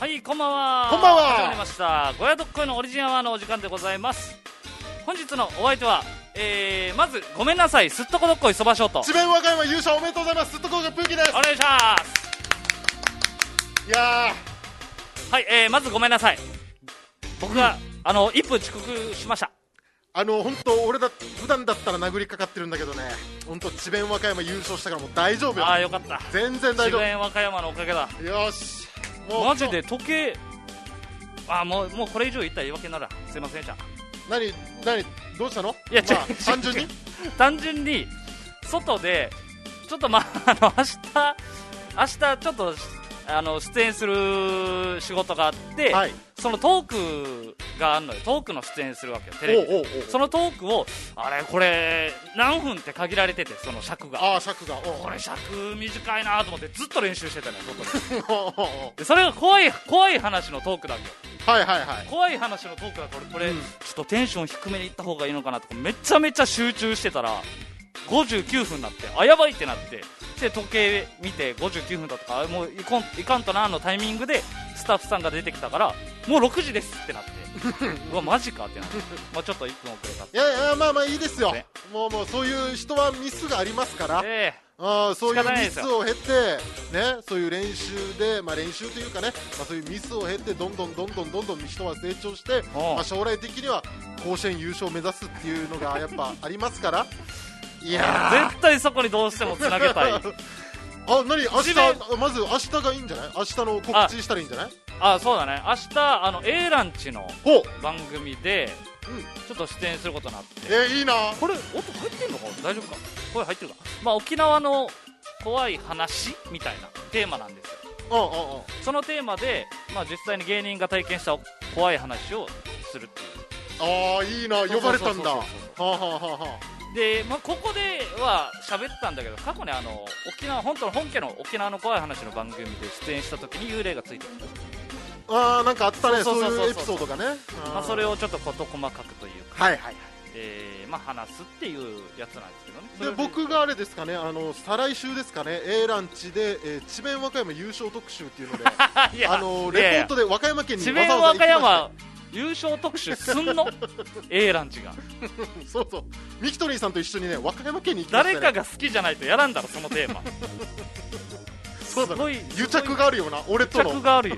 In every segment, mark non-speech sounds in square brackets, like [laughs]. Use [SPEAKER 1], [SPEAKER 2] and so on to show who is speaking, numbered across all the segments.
[SPEAKER 1] はい、こんばんは。
[SPEAKER 2] こんばんは
[SPEAKER 1] 始まりました。ゴヤドッコイのオリジンアワーのお時間でございます。本日のお相手は、えー、まず、ごめんなさい、すっとこどっこいそばショート。
[SPEAKER 2] 智弁和歌山優勝おめでとうございます。ずっとこうがプーキーです
[SPEAKER 1] お。願いします。
[SPEAKER 2] いや
[SPEAKER 1] はい、えー、まずごめんなさい。僕が、あの、1分遅刻しました。
[SPEAKER 2] ー、あの本当俺だ普段だったら殴りかかってるんだけどね。本当智弁和歌山優勝したからもう大丈夫よ
[SPEAKER 1] あ。あ、よかった。
[SPEAKER 2] 全然大
[SPEAKER 1] 智
[SPEAKER 2] 丈
[SPEAKER 1] 弁和歌山のおかげだ。
[SPEAKER 2] 夫。よし。もう
[SPEAKER 1] マジで時計、あー、もう、もうこれ以上言ったら言い訳になるな。すいませんでした。
[SPEAKER 2] 何何どうしたの？
[SPEAKER 1] いや
[SPEAKER 2] まあ
[SPEAKER 1] 違う違う
[SPEAKER 2] 単純に
[SPEAKER 1] 単純に外でちょっとまあ [laughs] あの明日明日ちょっとあの出演する仕事があって、
[SPEAKER 2] はい
[SPEAKER 1] そのトークがあるのよトークの出演するわけよテレビで
[SPEAKER 2] おうおうお
[SPEAKER 1] そのトークをあれこれ何分って限られててその尺が
[SPEAKER 2] ああ尺がおう [laughs]
[SPEAKER 1] これ尺短いなと思ってずっと練習してたのよ外で
[SPEAKER 2] おうおうおう
[SPEAKER 1] でそれが怖い [laughs] 怖い話のトークだけよ
[SPEAKER 2] はいはいはい
[SPEAKER 1] 怖い話のトークだからこれ、
[SPEAKER 2] うん
[SPEAKER 1] ちょっとテンション低めにいった方がいいのかなとかめちゃめちゃ集中してたら59分になってあやばいってなってで時計見て59分だとかあもういこんいかんとなのタイミングでスタッフさんが出てきたからもう6時ですってな
[SPEAKER 2] [laughs]
[SPEAKER 1] ってうわマジかってなって、まあ、ちょっと1分遅れたって
[SPEAKER 2] いやいやまあまあいいですよ
[SPEAKER 1] ね。
[SPEAKER 2] もうもうそういう人はミスがありますから。
[SPEAKER 1] え
[SPEAKER 2] あーそうい
[SPEAKER 1] 仕方
[SPEAKER 2] う
[SPEAKER 1] ないで
[SPEAKER 2] ミ
[SPEAKER 1] す
[SPEAKER 2] ス
[SPEAKER 1] よ
[SPEAKER 2] を経て、ね、そういう練習で、まあ、練習というかね、まあ、そういうミスを経てどんどんどんどんどんどん人は成長して、
[SPEAKER 1] うん
[SPEAKER 2] まあ、将来的には甲子園優勝を目指すっていうのがやっ
[SPEAKER 1] [laughs]
[SPEAKER 2] ぱありますからい
[SPEAKER 1] え
[SPEAKER 2] や
[SPEAKER 1] 絶対そこにどうしてもつなげた
[SPEAKER 2] [laughs]
[SPEAKER 1] い
[SPEAKER 2] あ何明
[SPEAKER 1] 智
[SPEAKER 2] 日
[SPEAKER 1] 弁
[SPEAKER 2] まず明日がいいんじゃない明日の告知したらいいんじゃない
[SPEAKER 1] あそうだね明日あの A ランチの
[SPEAKER 2] ほう、
[SPEAKER 1] 番組で
[SPEAKER 2] うん、
[SPEAKER 1] ちょっと出演することになって
[SPEAKER 2] えーいいな
[SPEAKER 1] これ音入ってんのか大丈夫か声入ってるかまあ沖縄の怖い話みたいなテーマなんですよ
[SPEAKER 2] うんうんうん
[SPEAKER 1] そのテーマで、まあ、実際に芸人が体験した怖い話をするっていう
[SPEAKER 2] ああいいな
[SPEAKER 1] そうそうそうそう
[SPEAKER 2] 呼ばれたんだはあはあはあは
[SPEAKER 1] で、まあ、ここでは喋ったんだけど過去にあの沖縄本当の本家の沖縄の怖い話の番組で出演した時に幽霊がついてる、
[SPEAKER 2] ああーなんかあったね
[SPEAKER 1] そ
[SPEAKER 2] そう
[SPEAKER 1] そう
[SPEAKER 2] う
[SPEAKER 1] そうそう
[SPEAKER 2] いうエピソードがね
[SPEAKER 1] まあ、それ
[SPEAKER 2] を
[SPEAKER 1] をちょっと事細かくというか、
[SPEAKER 2] はいはいはい
[SPEAKER 1] えーまあ、話すっていうやつなんですけどねそれ
[SPEAKER 2] で
[SPEAKER 1] を
[SPEAKER 2] 僕があれですかね、あの再来週ですかね、A ランチで、えー智弁和歌山優勝特集っていうので、あ
[SPEAKER 1] [laughs] あいや
[SPEAKER 2] の
[SPEAKER 1] いやい
[SPEAKER 2] レ
[SPEAKER 1] や
[SPEAKER 2] ポートで和歌山県に
[SPEAKER 1] 智
[SPEAKER 2] わ
[SPEAKER 1] 弁
[SPEAKER 2] ざ
[SPEAKER 1] 和
[SPEAKER 2] わざ行き
[SPEAKER 1] 歌
[SPEAKER 2] ました
[SPEAKER 1] 山優勝特集すんの [laughs] A ランチが
[SPEAKER 2] そうそう、ミキトリーさんと一緒にね、和歌山県に行きました、ね、
[SPEAKER 1] 誰かが好きじゃないとやらんだろそのテーマ
[SPEAKER 2] [laughs] そうだ
[SPEAKER 1] すごい
[SPEAKER 2] 癒着があるような、俺
[SPEAKER 1] 癒
[SPEAKER 2] との、
[SPEAKER 1] 着があるよ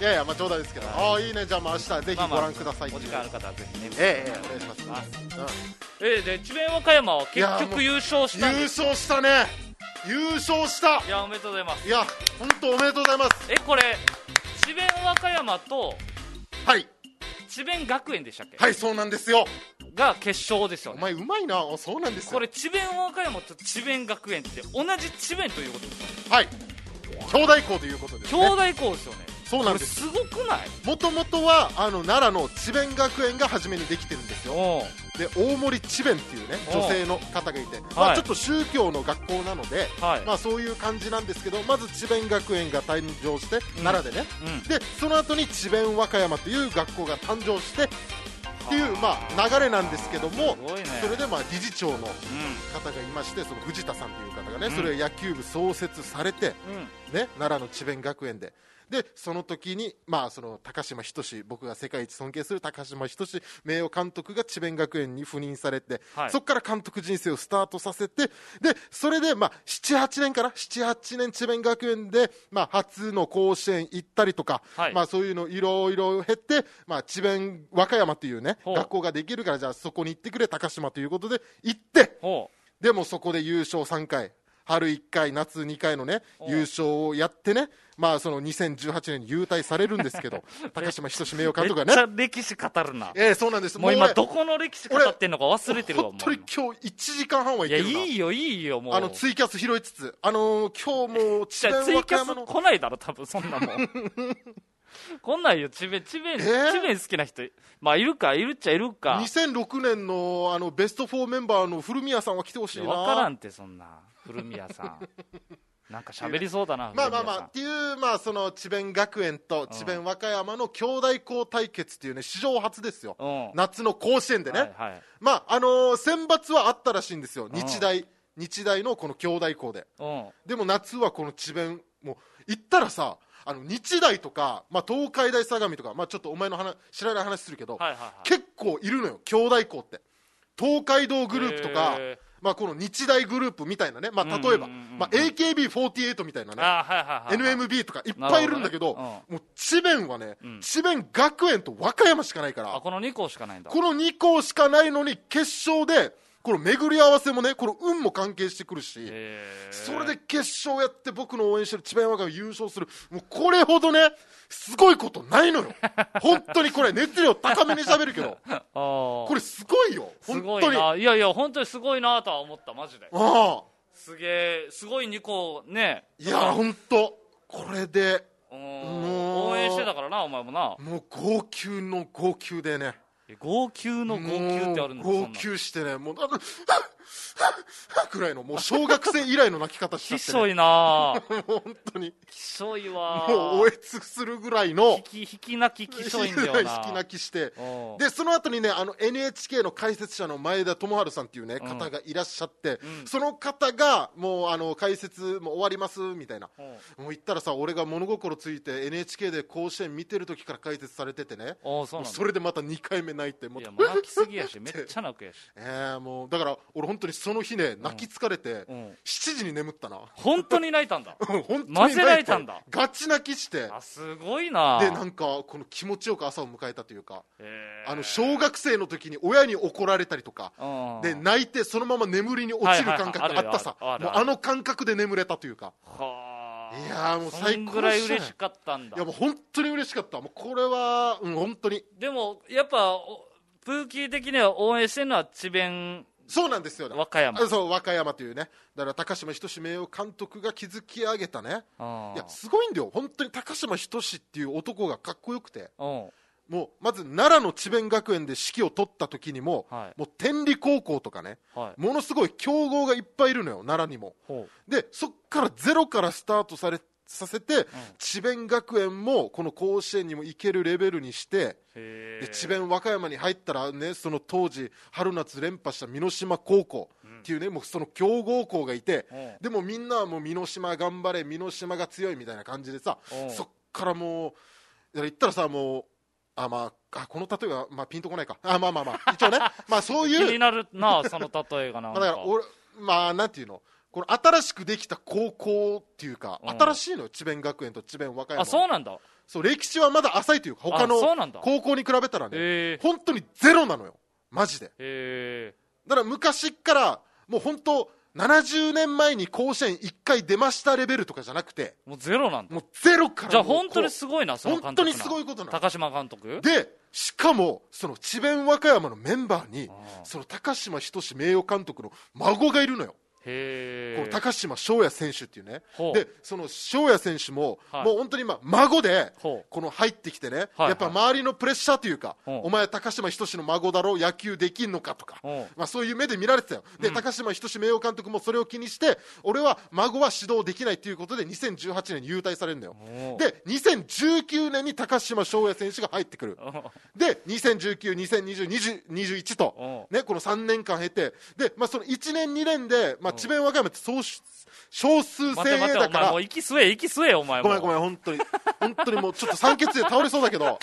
[SPEAKER 2] いやいや、まあ、冗談ですけど、ああ、いいね、じゃあ、まあ明日ぜひ
[SPEAKER 1] まあまあ
[SPEAKER 2] ご覧くださいっ
[SPEAKER 1] お
[SPEAKER 2] てい
[SPEAKER 1] 時
[SPEAKER 2] う、
[SPEAKER 1] 間ある方はぜひね
[SPEAKER 2] ええええお願いしま
[SPEAKER 1] あ
[SPEAKER 2] す、
[SPEAKER 1] えで智弁和歌山は結
[SPEAKER 2] いやも
[SPEAKER 1] 局
[SPEAKER 2] う
[SPEAKER 1] 優勝したん
[SPEAKER 2] 優
[SPEAKER 1] です
[SPEAKER 2] 勝したね、優勝した、
[SPEAKER 1] いやおめでとうございます
[SPEAKER 2] いや、本当おめでとうございます、
[SPEAKER 1] えこれ智弁和歌山と
[SPEAKER 2] はい、
[SPEAKER 1] 智弁学園でしたっけ、
[SPEAKER 2] はい、そうなんですよ、
[SPEAKER 1] が決勝ですよ
[SPEAKER 2] お
[SPEAKER 1] ね
[SPEAKER 2] 前、うまいな、あそうなんですよ、
[SPEAKER 1] これ智弁和歌山と智弁学園って同じ智弁ということですか
[SPEAKER 2] はい、兄弟校ということです、ね。
[SPEAKER 1] 兄弟校ですよね
[SPEAKER 2] そう
[SPEAKER 1] こ
[SPEAKER 2] なん
[SPEAKER 1] れ
[SPEAKER 2] です。
[SPEAKER 1] すごくない
[SPEAKER 2] もともとはあの奈良の智弁学園が初めにできてるんですよ。
[SPEAKER 1] おう
[SPEAKER 2] で大森智弁っていうね
[SPEAKER 1] おう
[SPEAKER 2] 女性の方がいて、ま
[SPEAKER 1] は
[SPEAKER 2] あ
[SPEAKER 1] い
[SPEAKER 2] ちょっと宗教の学校なので、
[SPEAKER 1] はい、
[SPEAKER 2] まあそういう感じなんですけど、まず智弁学園が誕生して
[SPEAKER 1] うん
[SPEAKER 2] 奈良でね。
[SPEAKER 1] うん
[SPEAKER 2] でその後に智弁和歌山という学校が誕生してっていうまあ流れなんですけど
[SPEAKER 1] す、
[SPEAKER 2] も
[SPEAKER 1] ごいね
[SPEAKER 2] それでまあ理事長の
[SPEAKER 1] う
[SPEAKER 2] 方がいましてその藤田さんという方がね、
[SPEAKER 1] うん
[SPEAKER 2] それを野球部創設されて。
[SPEAKER 1] んうん
[SPEAKER 2] ね、奈良の智弁学園で。でその時に、まあ、その高島仁僕が世界一尊敬する高島仁名誉監督が智弁学園に赴任されて、
[SPEAKER 1] はい
[SPEAKER 2] そこから監督人生をスタートさせてでそれで、まあ、78年から78年智弁学園で、まあ、初の甲子園行ったりとか、
[SPEAKER 1] はい
[SPEAKER 2] まあ、そういうのいろいろ経て、まあ、智弁和歌山という、ね、
[SPEAKER 1] ほう
[SPEAKER 2] 学校ができるからじゃあそこに行ってくれ高島ということで行って。
[SPEAKER 1] ほう
[SPEAKER 2] でもそこで優勝3回、春1回、夏2回のね、
[SPEAKER 1] おう
[SPEAKER 2] 優勝をやってね、まあその2018年に優退されるんです
[SPEAKER 1] [laughs]
[SPEAKER 2] けど、高島仁名誉監督が
[SPEAKER 1] めっち
[SPEAKER 2] ね、
[SPEAKER 1] ゃ歴史語るな。
[SPEAKER 2] ええそうなんです、
[SPEAKER 1] もう今
[SPEAKER 2] 俺
[SPEAKER 1] どこの歴史語ってんのか忘れてるわ、も
[SPEAKER 2] 本当に
[SPEAKER 1] う。
[SPEAKER 2] 今日1時間半はいい
[SPEAKER 1] や、
[SPEAKER 2] け
[SPEAKER 1] い
[SPEAKER 2] るない
[SPEAKER 1] よ、いいよ、もう。
[SPEAKER 2] あのツイキャス拾いつつ、あのー今日もう、
[SPEAKER 1] じ
[SPEAKER 2] 智
[SPEAKER 1] ゃあ
[SPEAKER 2] 弁
[SPEAKER 1] ツ
[SPEAKER 2] 和
[SPEAKER 1] イキ
[SPEAKER 2] 歌
[SPEAKER 1] ャ
[SPEAKER 2] 山
[SPEAKER 1] ス
[SPEAKER 2] の、
[SPEAKER 1] 来ないだろ、多分そんなも
[SPEAKER 2] [laughs]
[SPEAKER 1] ん。来ないよ、智弁、智弁、
[SPEAKER 2] えー
[SPEAKER 1] 智弁好きな人、まあ、いるか、いるっちゃいるか。
[SPEAKER 2] 2006年のあのベスト4メンバーの古宮さんは来てほしい
[SPEAKER 1] いや
[SPEAKER 2] な。
[SPEAKER 1] わからんって、そんな。古宮さ
[SPEAKER 2] [laughs]
[SPEAKER 1] ん。なんか喋りそうだな、
[SPEAKER 2] まあまあま
[SPEAKER 1] 古
[SPEAKER 2] あ、
[SPEAKER 1] 宮
[SPEAKER 2] っていう、まあ、その智弁学園と智弁和歌山の兄弟校対決っていうね、史上初ですよ、
[SPEAKER 1] うん
[SPEAKER 2] 夏の甲子園でね、
[SPEAKER 1] さんはい、はい。
[SPEAKER 2] まああのー選抜はあったらしいんですよ、
[SPEAKER 1] ん
[SPEAKER 2] 日大、日大のこの兄弟校で、
[SPEAKER 1] うん。
[SPEAKER 2] でも夏はこの智弁、もう行ったらさ、あの日大とか、まあ、東海大相模とか、まあ、ちょっとお前の話知らない話するけど、
[SPEAKER 1] はいはいはい
[SPEAKER 2] 結構いるのよ兄弟校って東海道グループとか、
[SPEAKER 1] へー
[SPEAKER 2] まあ、この日大グループみたいなね、まあ、例えば、
[SPEAKER 1] うんうんうんうん
[SPEAKER 2] まあ、AKB48 みたいなね
[SPEAKER 1] あーはいはいはいはい
[SPEAKER 2] NMB とかいっぱいいるんだけ
[SPEAKER 1] な
[SPEAKER 2] ど
[SPEAKER 1] るほどね
[SPEAKER 2] もう智弁はね、
[SPEAKER 1] うん
[SPEAKER 2] 智弁学園と和歌山しかないから
[SPEAKER 1] あこの2校しかないんだ
[SPEAKER 2] この2校しかないのに決勝でこの巡り合わせもねこの運も関係してくるし、
[SPEAKER 1] へー
[SPEAKER 2] それで決勝やって僕の応援してる智弁和歌が優勝するもうこれほどねすごいことな
[SPEAKER 1] [laughs]
[SPEAKER 2] いのよ本当にこれ熱量高めに喋るけど
[SPEAKER 1] あこ
[SPEAKER 2] これすごいよ
[SPEAKER 1] す
[SPEAKER 2] 本
[SPEAKER 1] ご
[SPEAKER 2] 当
[SPEAKER 1] い
[SPEAKER 2] にあ
[SPEAKER 1] ないやいや本当にすごいなとは思ったマジで
[SPEAKER 2] あ
[SPEAKER 1] すげえすごい2校ね
[SPEAKER 2] いや本当これで
[SPEAKER 1] うん
[SPEAKER 2] もう
[SPEAKER 1] 応援してたからなお前もな
[SPEAKER 2] もう号泣の号泣でね
[SPEAKER 1] え号泣の号泣ってあるんだ
[SPEAKER 2] もう号
[SPEAKER 1] そんな
[SPEAKER 2] 泣してねもうあのはっはっくらいのもう小学生以来の泣き方しちゃ
[SPEAKER 1] き
[SPEAKER 2] って、
[SPEAKER 1] そ [laughs]
[SPEAKER 2] ね、
[SPEAKER 1] いなあ
[SPEAKER 2] もう [laughs] 本当に
[SPEAKER 1] きそいわあ
[SPEAKER 2] もうおえつするぐらいの
[SPEAKER 1] 引き引き泣ききそいんだよな
[SPEAKER 2] [laughs] 引き泣きして
[SPEAKER 1] うん
[SPEAKER 2] でその後にねあの NHK の解説者の前田智春さんっていうね
[SPEAKER 1] うん
[SPEAKER 2] 方がいらっしゃって、
[SPEAKER 1] うん
[SPEAKER 2] その方がもうあの解説も終わりますみたいな
[SPEAKER 1] うん
[SPEAKER 2] もう言ったらさ俺が物心ついて NHK で甲子園見てる時から解説されててね
[SPEAKER 1] ああそうな
[SPEAKER 2] もう
[SPEAKER 1] ん
[SPEAKER 2] それでまた2回目泣いても
[SPEAKER 1] だ
[SPEAKER 2] う
[SPEAKER 1] いやもう泣きすぎやしめっちゃ泣くやし
[SPEAKER 2] えーもうだから俺本当にその日ね泣き疲れて、
[SPEAKER 1] うん
[SPEAKER 2] 7時に眠ったな [laughs]
[SPEAKER 1] 本当に泣いたんだ
[SPEAKER 2] 本当に
[SPEAKER 1] 混ぜられ
[SPEAKER 2] 泣いて
[SPEAKER 1] たんだ
[SPEAKER 2] ガチ泣きして
[SPEAKER 1] あすごいな
[SPEAKER 2] でなんかこの気持ちよく朝を迎えたというか
[SPEAKER 1] へえ
[SPEAKER 2] あの小学生の時に親に怒られたりとか
[SPEAKER 1] うん
[SPEAKER 2] で泣いてそのまま眠りに落ちる感覚
[SPEAKER 1] はい
[SPEAKER 2] あ
[SPEAKER 1] はいはい
[SPEAKER 2] ったさも
[SPEAKER 1] あ
[SPEAKER 2] う
[SPEAKER 1] るよあるある
[SPEAKER 2] あの感覚で眠れたというか
[SPEAKER 1] はあ
[SPEAKER 2] いやーもう最高
[SPEAKER 1] そんぐらい嬉しかったんだ
[SPEAKER 2] いやもう本当に嬉しかったもうこれはうん本当に
[SPEAKER 1] でもやっぱおプーキー的には応援してるのは智弁
[SPEAKER 2] そうなんですよね
[SPEAKER 1] 和歌山
[SPEAKER 2] あそう和歌山というねだから高島仁志名誉監督が築き上げたね
[SPEAKER 1] あ
[SPEAKER 2] いやすごいんだよ本当に高島仁志っていう男がかっこよくて
[SPEAKER 1] うんは
[SPEAKER 2] もうまず奈良の智弁学園で指揮を取った時にも、
[SPEAKER 1] はい
[SPEAKER 2] もう天理高校とかね
[SPEAKER 1] い
[SPEAKER 2] ものすごい強豪がいっぱいいるのよ奈良にも
[SPEAKER 1] ほ
[SPEAKER 2] でそっからゼロからスタートされさせて、智弁学園もこの甲子園にも行けるレベルにして
[SPEAKER 1] うへ
[SPEAKER 2] で
[SPEAKER 1] え
[SPEAKER 2] 智弁和歌山に入ったらねその当時春夏連覇した箕島高校っていうね、もうその強豪校がいて、
[SPEAKER 1] うん
[SPEAKER 2] でもみんなはもう箕島頑張れ箕島が強いみたいな感じでさ、
[SPEAKER 1] うん
[SPEAKER 2] そっからもうだから言ったらさもうあまああこの例えは、まあ、ピンとこないかあまあまあまあ
[SPEAKER 1] [laughs]
[SPEAKER 2] 一応ねまあそう
[SPEAKER 1] 気
[SPEAKER 2] いう
[SPEAKER 1] になるなその例えがなん
[SPEAKER 2] [laughs] まあだから俺まあなんていうのこの新しくできた高校っていうか、
[SPEAKER 1] うん
[SPEAKER 2] 新しいのよ智弁学園と智弁和歌山
[SPEAKER 1] あそうなんだへ
[SPEAKER 2] そう歴史はまだ浅いというか他
[SPEAKER 1] あ
[SPEAKER 2] の
[SPEAKER 1] そうなんだ
[SPEAKER 2] 高校に比べたらね、
[SPEAKER 1] え
[SPEAKER 2] 本当にゼロなのよマジで
[SPEAKER 1] へ
[SPEAKER 2] だから昔っからもう本当70年前に甲子園1回出ましたレベルとかじゃなくて
[SPEAKER 1] えもうゼロなんだ
[SPEAKER 2] もうゼロから
[SPEAKER 1] じゃあ
[SPEAKER 2] もうこう
[SPEAKER 1] 本当にすごいなその監督
[SPEAKER 2] 本当にすごいことなの
[SPEAKER 1] 高島監督
[SPEAKER 2] でしかもその智弁和歌山のメンバーに
[SPEAKER 1] あ
[SPEAKER 2] その高島仁名誉監督の孫がいるのよ
[SPEAKER 1] へ
[SPEAKER 2] こ
[SPEAKER 1] え
[SPEAKER 2] の高島翔也選手っていうね
[SPEAKER 1] ほ、う
[SPEAKER 2] でその翔也選手も、
[SPEAKER 1] はい
[SPEAKER 2] もう本当に今、孫で
[SPEAKER 1] ほう
[SPEAKER 2] この入ってきてね、
[SPEAKER 1] はい
[SPEAKER 2] やっぱ周りのプレッシャーというか、
[SPEAKER 1] うん
[SPEAKER 2] お前は高島仁の孫だろ、野球できんのかとか、
[SPEAKER 1] うん
[SPEAKER 2] まあ、そういう目で見られてたよ、で高島仁名誉監督もそれを気にして、俺は孫は指導できないということで、2018年に優退されるのよ。
[SPEAKER 1] おう
[SPEAKER 2] で2019年に高島翔也選手が入ってくる、で2019、2020、20 21と、
[SPEAKER 1] う
[SPEAKER 2] ね、この3年間経て、でまあ、その1年、2年で、まあ、智弁和歌山って総数少数
[SPEAKER 1] 待
[SPEAKER 2] 精
[SPEAKER 1] て
[SPEAKER 2] 鋭
[SPEAKER 1] 待て
[SPEAKER 2] だ
[SPEAKER 1] お
[SPEAKER 2] か
[SPEAKER 1] 前
[SPEAKER 2] ら
[SPEAKER 1] もう、息吸え息吸えお前も
[SPEAKER 2] ごめん、ごめん、本当に、本当にもうちょっと酸欠で倒れそうだ
[SPEAKER 1] [laughs]
[SPEAKER 2] けど、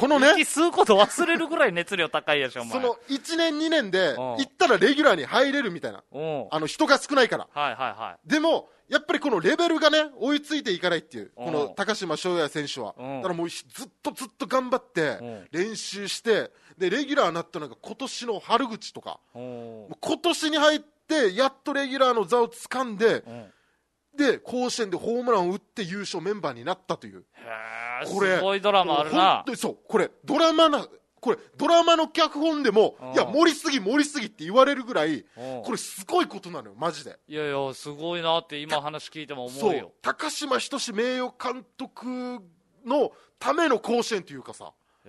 [SPEAKER 2] このね
[SPEAKER 1] 息、吸うこと忘れるぐらい熱量高いやしお前
[SPEAKER 2] その1年、2年で、行ったらレギュラーに入れるみたいな、
[SPEAKER 1] おう
[SPEAKER 2] あの人が少ないから。
[SPEAKER 1] はいはいはい
[SPEAKER 2] でも、やっぱりこのレベルがね、追いついていかないっていう、
[SPEAKER 1] うん
[SPEAKER 2] この高島翔也選手は、
[SPEAKER 1] うん
[SPEAKER 2] だからもうずっとずっと頑張って
[SPEAKER 1] うん、
[SPEAKER 2] 練習して、でレギュラーになったのが今年の春口とか、
[SPEAKER 1] おう
[SPEAKER 2] もう今年に入って、やっとレギュラーの座を掴んで、
[SPEAKER 1] うん
[SPEAKER 2] で甲子園でホームランを打って優勝メンバーになったという、
[SPEAKER 1] へえ
[SPEAKER 2] これ、
[SPEAKER 1] すごいドラマある
[SPEAKER 2] もう本
[SPEAKER 1] な
[SPEAKER 2] 当にそう、これ、ドラマな、これ、ドラマの脚本でも
[SPEAKER 1] うん、
[SPEAKER 2] いや、盛りすぎ、盛りすぎって言われるぐらい、
[SPEAKER 1] うん
[SPEAKER 2] これ、すごいことなのよ、マジで。
[SPEAKER 1] いやいやすごいなって今話聞いても思
[SPEAKER 2] そうう
[SPEAKER 1] よ
[SPEAKER 2] 高島仁名誉監督のための甲子園というかさ
[SPEAKER 1] へ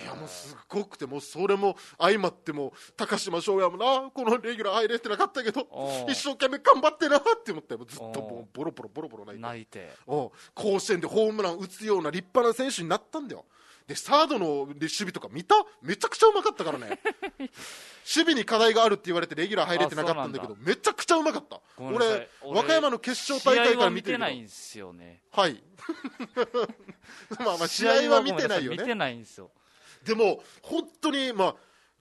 [SPEAKER 1] え
[SPEAKER 2] いやもうすごくてもうそれも相まってもう高島翔也もなこのレギュラー入れてなかったけど
[SPEAKER 1] うん
[SPEAKER 2] 一生懸命頑張ってなって思ってもうずっと
[SPEAKER 1] うん
[SPEAKER 2] もうボロボロボロボロ泣いて
[SPEAKER 1] 泣いて
[SPEAKER 2] うん甲子園でホームラン打つような立派な選手になったんだよでサードの守備とか見ためちゃくちゃうまかったからね守備に課題があるって言われてレギュラー入れてなかったんだけど
[SPEAKER 1] あ
[SPEAKER 2] めちゃくちゃうまかった
[SPEAKER 1] ごめんなさ
[SPEAKER 2] 俺
[SPEAKER 1] い俺
[SPEAKER 2] 和歌山の決勝
[SPEAKER 1] 試
[SPEAKER 2] 大会
[SPEAKER 1] 合
[SPEAKER 2] から
[SPEAKER 1] は
[SPEAKER 2] 見
[SPEAKER 1] 見
[SPEAKER 2] て
[SPEAKER 1] て
[SPEAKER 2] る
[SPEAKER 1] ない
[SPEAKER 2] け
[SPEAKER 1] んですよね
[SPEAKER 2] どはいまあまあ試合は見てない
[SPEAKER 1] 試合はご
[SPEAKER 2] よ
[SPEAKER 1] めんさ見
[SPEAKER 2] ね
[SPEAKER 1] てないんですよ
[SPEAKER 2] でも本当にまあ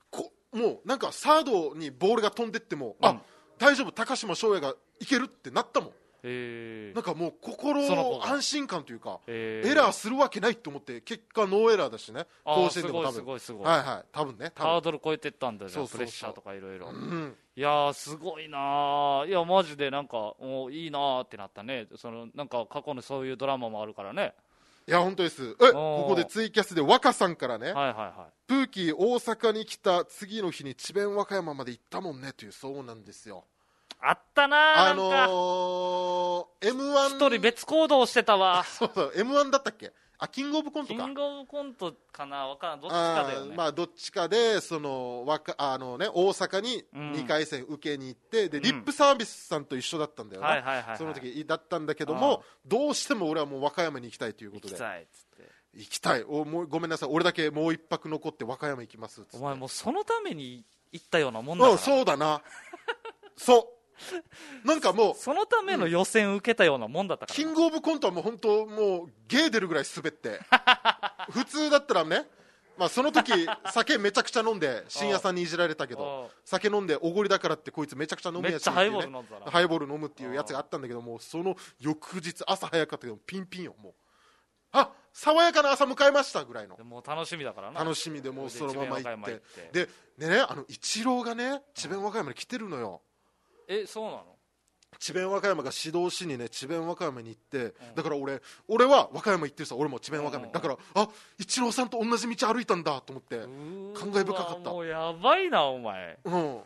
[SPEAKER 2] こもうなんかサードにボールが飛んでっても、
[SPEAKER 1] う
[SPEAKER 2] あ
[SPEAKER 1] ん
[SPEAKER 2] 大丈夫高島翔也がいけるってなったもん
[SPEAKER 1] えー
[SPEAKER 2] なんかもう心
[SPEAKER 1] その子
[SPEAKER 2] の
[SPEAKER 1] が
[SPEAKER 2] 安心感というか、
[SPEAKER 1] え
[SPEAKER 2] エラーするわけないと思って結果ノーエラーだしね
[SPEAKER 1] あー
[SPEAKER 2] 甲子園でも多
[SPEAKER 1] す
[SPEAKER 2] 分
[SPEAKER 1] ごいすごいすごい
[SPEAKER 2] はいはい多分ね
[SPEAKER 1] ハー
[SPEAKER 2] 多
[SPEAKER 1] ドル超えてったんだよ
[SPEAKER 2] そうそうそう
[SPEAKER 1] プレッシャーとかいろいろ
[SPEAKER 2] 分うん
[SPEAKER 1] いやーすごいなーいやマジでなんかもういいなーってなったねそのなんか過去のそういうドラマもあるからね
[SPEAKER 2] いや本当ですえ
[SPEAKER 1] ー
[SPEAKER 2] ここでツイキャスで若さんからね、
[SPEAKER 1] はいはいは
[SPEAKER 2] プーキー大阪に来た次の日に智弁和歌山まで行ったもんねというそうなんですよ
[SPEAKER 1] いあったなー
[SPEAKER 2] あ
[SPEAKER 1] なんか
[SPEAKER 2] のー、m 1
[SPEAKER 1] 一人別行動してたわ
[SPEAKER 2] そうそう m 1だったっけあキングオブコント
[SPEAKER 1] キ
[SPEAKER 2] か
[SPEAKER 1] ングオブコントかなわからんどっちか
[SPEAKER 2] あ
[SPEAKER 1] だよね
[SPEAKER 2] ーまあどっちかでそのわかあのね大阪に
[SPEAKER 1] うん
[SPEAKER 2] 2回戦受けに行って、で
[SPEAKER 1] うん
[SPEAKER 2] リップサービスさんと一緒だったんだよな、
[SPEAKER 1] はいはいはいはい
[SPEAKER 2] その時だったんだけどもどうしても俺はもう和歌山に行きたいというこ
[SPEAKER 1] 行
[SPEAKER 2] と
[SPEAKER 1] き
[SPEAKER 2] で
[SPEAKER 1] たいっつって
[SPEAKER 2] 行きたいおもうごめんなさい俺だけもう一泊残って和歌山行きますっつって
[SPEAKER 1] お前もうそのために行ったようなもんだから、
[SPEAKER 2] うんそうだなそうなんかもう
[SPEAKER 1] そのための予選受けたようなもんだったか
[SPEAKER 2] キ
[SPEAKER 1] ら、
[SPEAKER 2] ングオブコントはもう本当もうゲー出るぐらい滑って
[SPEAKER 1] [laughs]
[SPEAKER 2] 普通だったらねまあその時酒めちゃくちゃ飲んで深夜さんにいじられたけ
[SPEAKER 1] あ
[SPEAKER 2] ど
[SPEAKER 1] あ
[SPEAKER 2] 酒飲んでおごりだからってこいつめちゃくちゃ飲むやつ
[SPEAKER 1] めっちゃ
[SPEAKER 2] って
[SPEAKER 1] ハ
[SPEAKER 2] い
[SPEAKER 1] イ
[SPEAKER 2] う
[SPEAKER 1] ボー
[SPEAKER 2] ね
[SPEAKER 1] ル飲んだな
[SPEAKER 2] ハイボール飲むっていうやつがあったんだけどもうその翌日朝早かったけどピンピンよもうあ爽やかな朝迎えましたぐらいの
[SPEAKER 1] もう楽しみだからな
[SPEAKER 2] 楽しみでもうそのまま行って
[SPEAKER 1] で智弁和歌山行って
[SPEAKER 2] ででねあのイチローがね智弁和歌山に来てるのよ
[SPEAKER 1] えそうなの
[SPEAKER 2] 智弁和歌山が指導しにね智弁和歌山に行って、だから俺俺は和歌山行ってるさ俺も智弁和歌山に、
[SPEAKER 1] うん
[SPEAKER 2] だからあ一郎さんと同じ道歩いたんだと思って
[SPEAKER 1] うーわ
[SPEAKER 2] 感慨深かった
[SPEAKER 1] もうやばいなお前
[SPEAKER 2] うん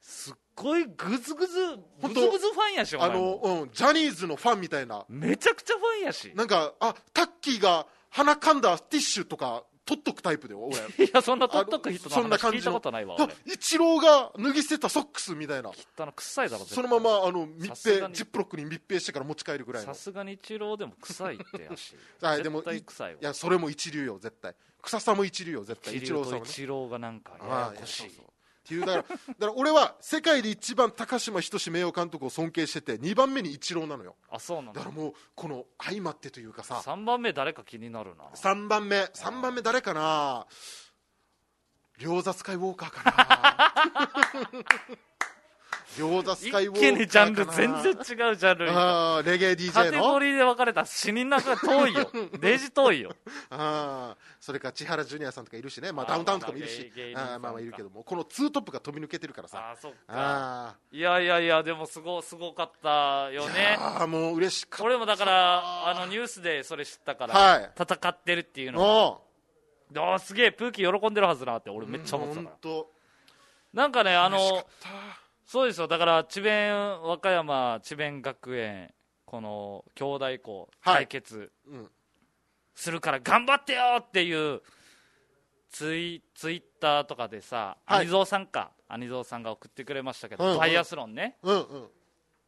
[SPEAKER 1] すっごいグズグズグ
[SPEAKER 2] ほん
[SPEAKER 1] ズ
[SPEAKER 2] と
[SPEAKER 1] グズファンやしお
[SPEAKER 2] あ
[SPEAKER 1] 前も
[SPEAKER 2] の、うん、ジャニーズのファンみたいな
[SPEAKER 1] めちゃくちゃファンやし
[SPEAKER 2] なんかあタッキーが鼻かんだティッシュとか取っとくタイプだよ俺
[SPEAKER 1] [laughs] いやそんな取っとく人の
[SPEAKER 2] あのそんな
[SPEAKER 1] 話
[SPEAKER 2] 感じ
[SPEAKER 1] 聞い
[SPEAKER 2] の
[SPEAKER 1] たことないわ
[SPEAKER 2] あ
[SPEAKER 1] 俺
[SPEAKER 2] 一郎が脱ぎ捨てたソックスみたいな
[SPEAKER 1] 汚の臭いだろ絶
[SPEAKER 2] そ
[SPEAKER 1] 対
[SPEAKER 2] のままあの密
[SPEAKER 1] さすが
[SPEAKER 2] 閉
[SPEAKER 1] に
[SPEAKER 2] ジップロックに密閉してから持ち帰るぐらい
[SPEAKER 1] さ
[SPEAKER 2] の
[SPEAKER 1] すがに一郎でも臭いって足
[SPEAKER 2] [laughs] はいでも
[SPEAKER 1] 絶対臭いわ
[SPEAKER 2] いやそれも一流よ絶対草さも一流よ絶対
[SPEAKER 1] 一
[SPEAKER 2] 一
[SPEAKER 1] 郎
[SPEAKER 2] 郎さん
[SPEAKER 1] と
[SPEAKER 2] はね
[SPEAKER 1] 一郎がなんかや
[SPEAKER 2] ああ
[SPEAKER 1] やこしい
[SPEAKER 2] いやそうそうっていうだからだから俺は世界で一番高島仁名誉監督を尊敬してて2番目にイチローなのよ
[SPEAKER 1] あそうなん
[SPEAKER 2] だ
[SPEAKER 1] だ
[SPEAKER 2] からもうこの相まってというかさ
[SPEAKER 1] 3番目誰か気になるな
[SPEAKER 2] 3番目3番目誰かな両座スカイウォーカーか
[SPEAKER 1] [laughs]
[SPEAKER 2] な両座ス
[SPEAKER 1] 一
[SPEAKER 2] カイウォーカー
[SPEAKER 1] 気
[SPEAKER 2] かな
[SPEAKER 1] にジャンル全然違うジャンルに
[SPEAKER 2] ああレゲエ
[SPEAKER 1] カ
[SPEAKER 2] DJ
[SPEAKER 1] テゴ
[SPEAKER 2] の
[SPEAKER 1] リーで分かれたら死人なんか遠い
[SPEAKER 2] [laughs]
[SPEAKER 1] よデジ遠いよ
[SPEAKER 2] ああそれから千原ジュニアさんとかいるしね、まあ、
[SPEAKER 1] あー
[SPEAKER 2] ダウンタウンとかもいるし
[SPEAKER 1] まあ芸芸人
[SPEAKER 2] あ
[SPEAKER 1] さん
[SPEAKER 2] あまあまあいる
[SPEAKER 1] か
[SPEAKER 2] けどもこのツートップが飛び抜けてるからさ
[SPEAKER 1] ああそっか
[SPEAKER 2] ああ
[SPEAKER 1] いやいやいやでもすごすごかったよね
[SPEAKER 2] ああもう嬉しかっ
[SPEAKER 1] 俺もだからあのニュースでそれ知ったか
[SPEAKER 2] は
[SPEAKER 1] ら
[SPEAKER 2] い
[SPEAKER 1] 戦ってるっていう
[SPEAKER 2] た
[SPEAKER 1] の
[SPEAKER 2] の
[SPEAKER 1] ああすげえプーキー喜んでるはずなって俺めっちゃ思ってたから
[SPEAKER 2] 本当
[SPEAKER 1] なんかねあ
[SPEAKER 2] 嬉しか
[SPEAKER 1] の
[SPEAKER 2] った
[SPEAKER 1] そうですよだから智弁和歌山智弁学園この兄弟校
[SPEAKER 2] はい
[SPEAKER 1] 対決、
[SPEAKER 2] うん
[SPEAKER 1] するから頑張ってよっていうツイツイッターとかでさ、
[SPEAKER 2] はい
[SPEAKER 1] 兄蔵さんか兄蔵さんが送ってくれましたけど、
[SPEAKER 2] うんうん
[SPEAKER 1] バイアスロンね
[SPEAKER 2] うんうん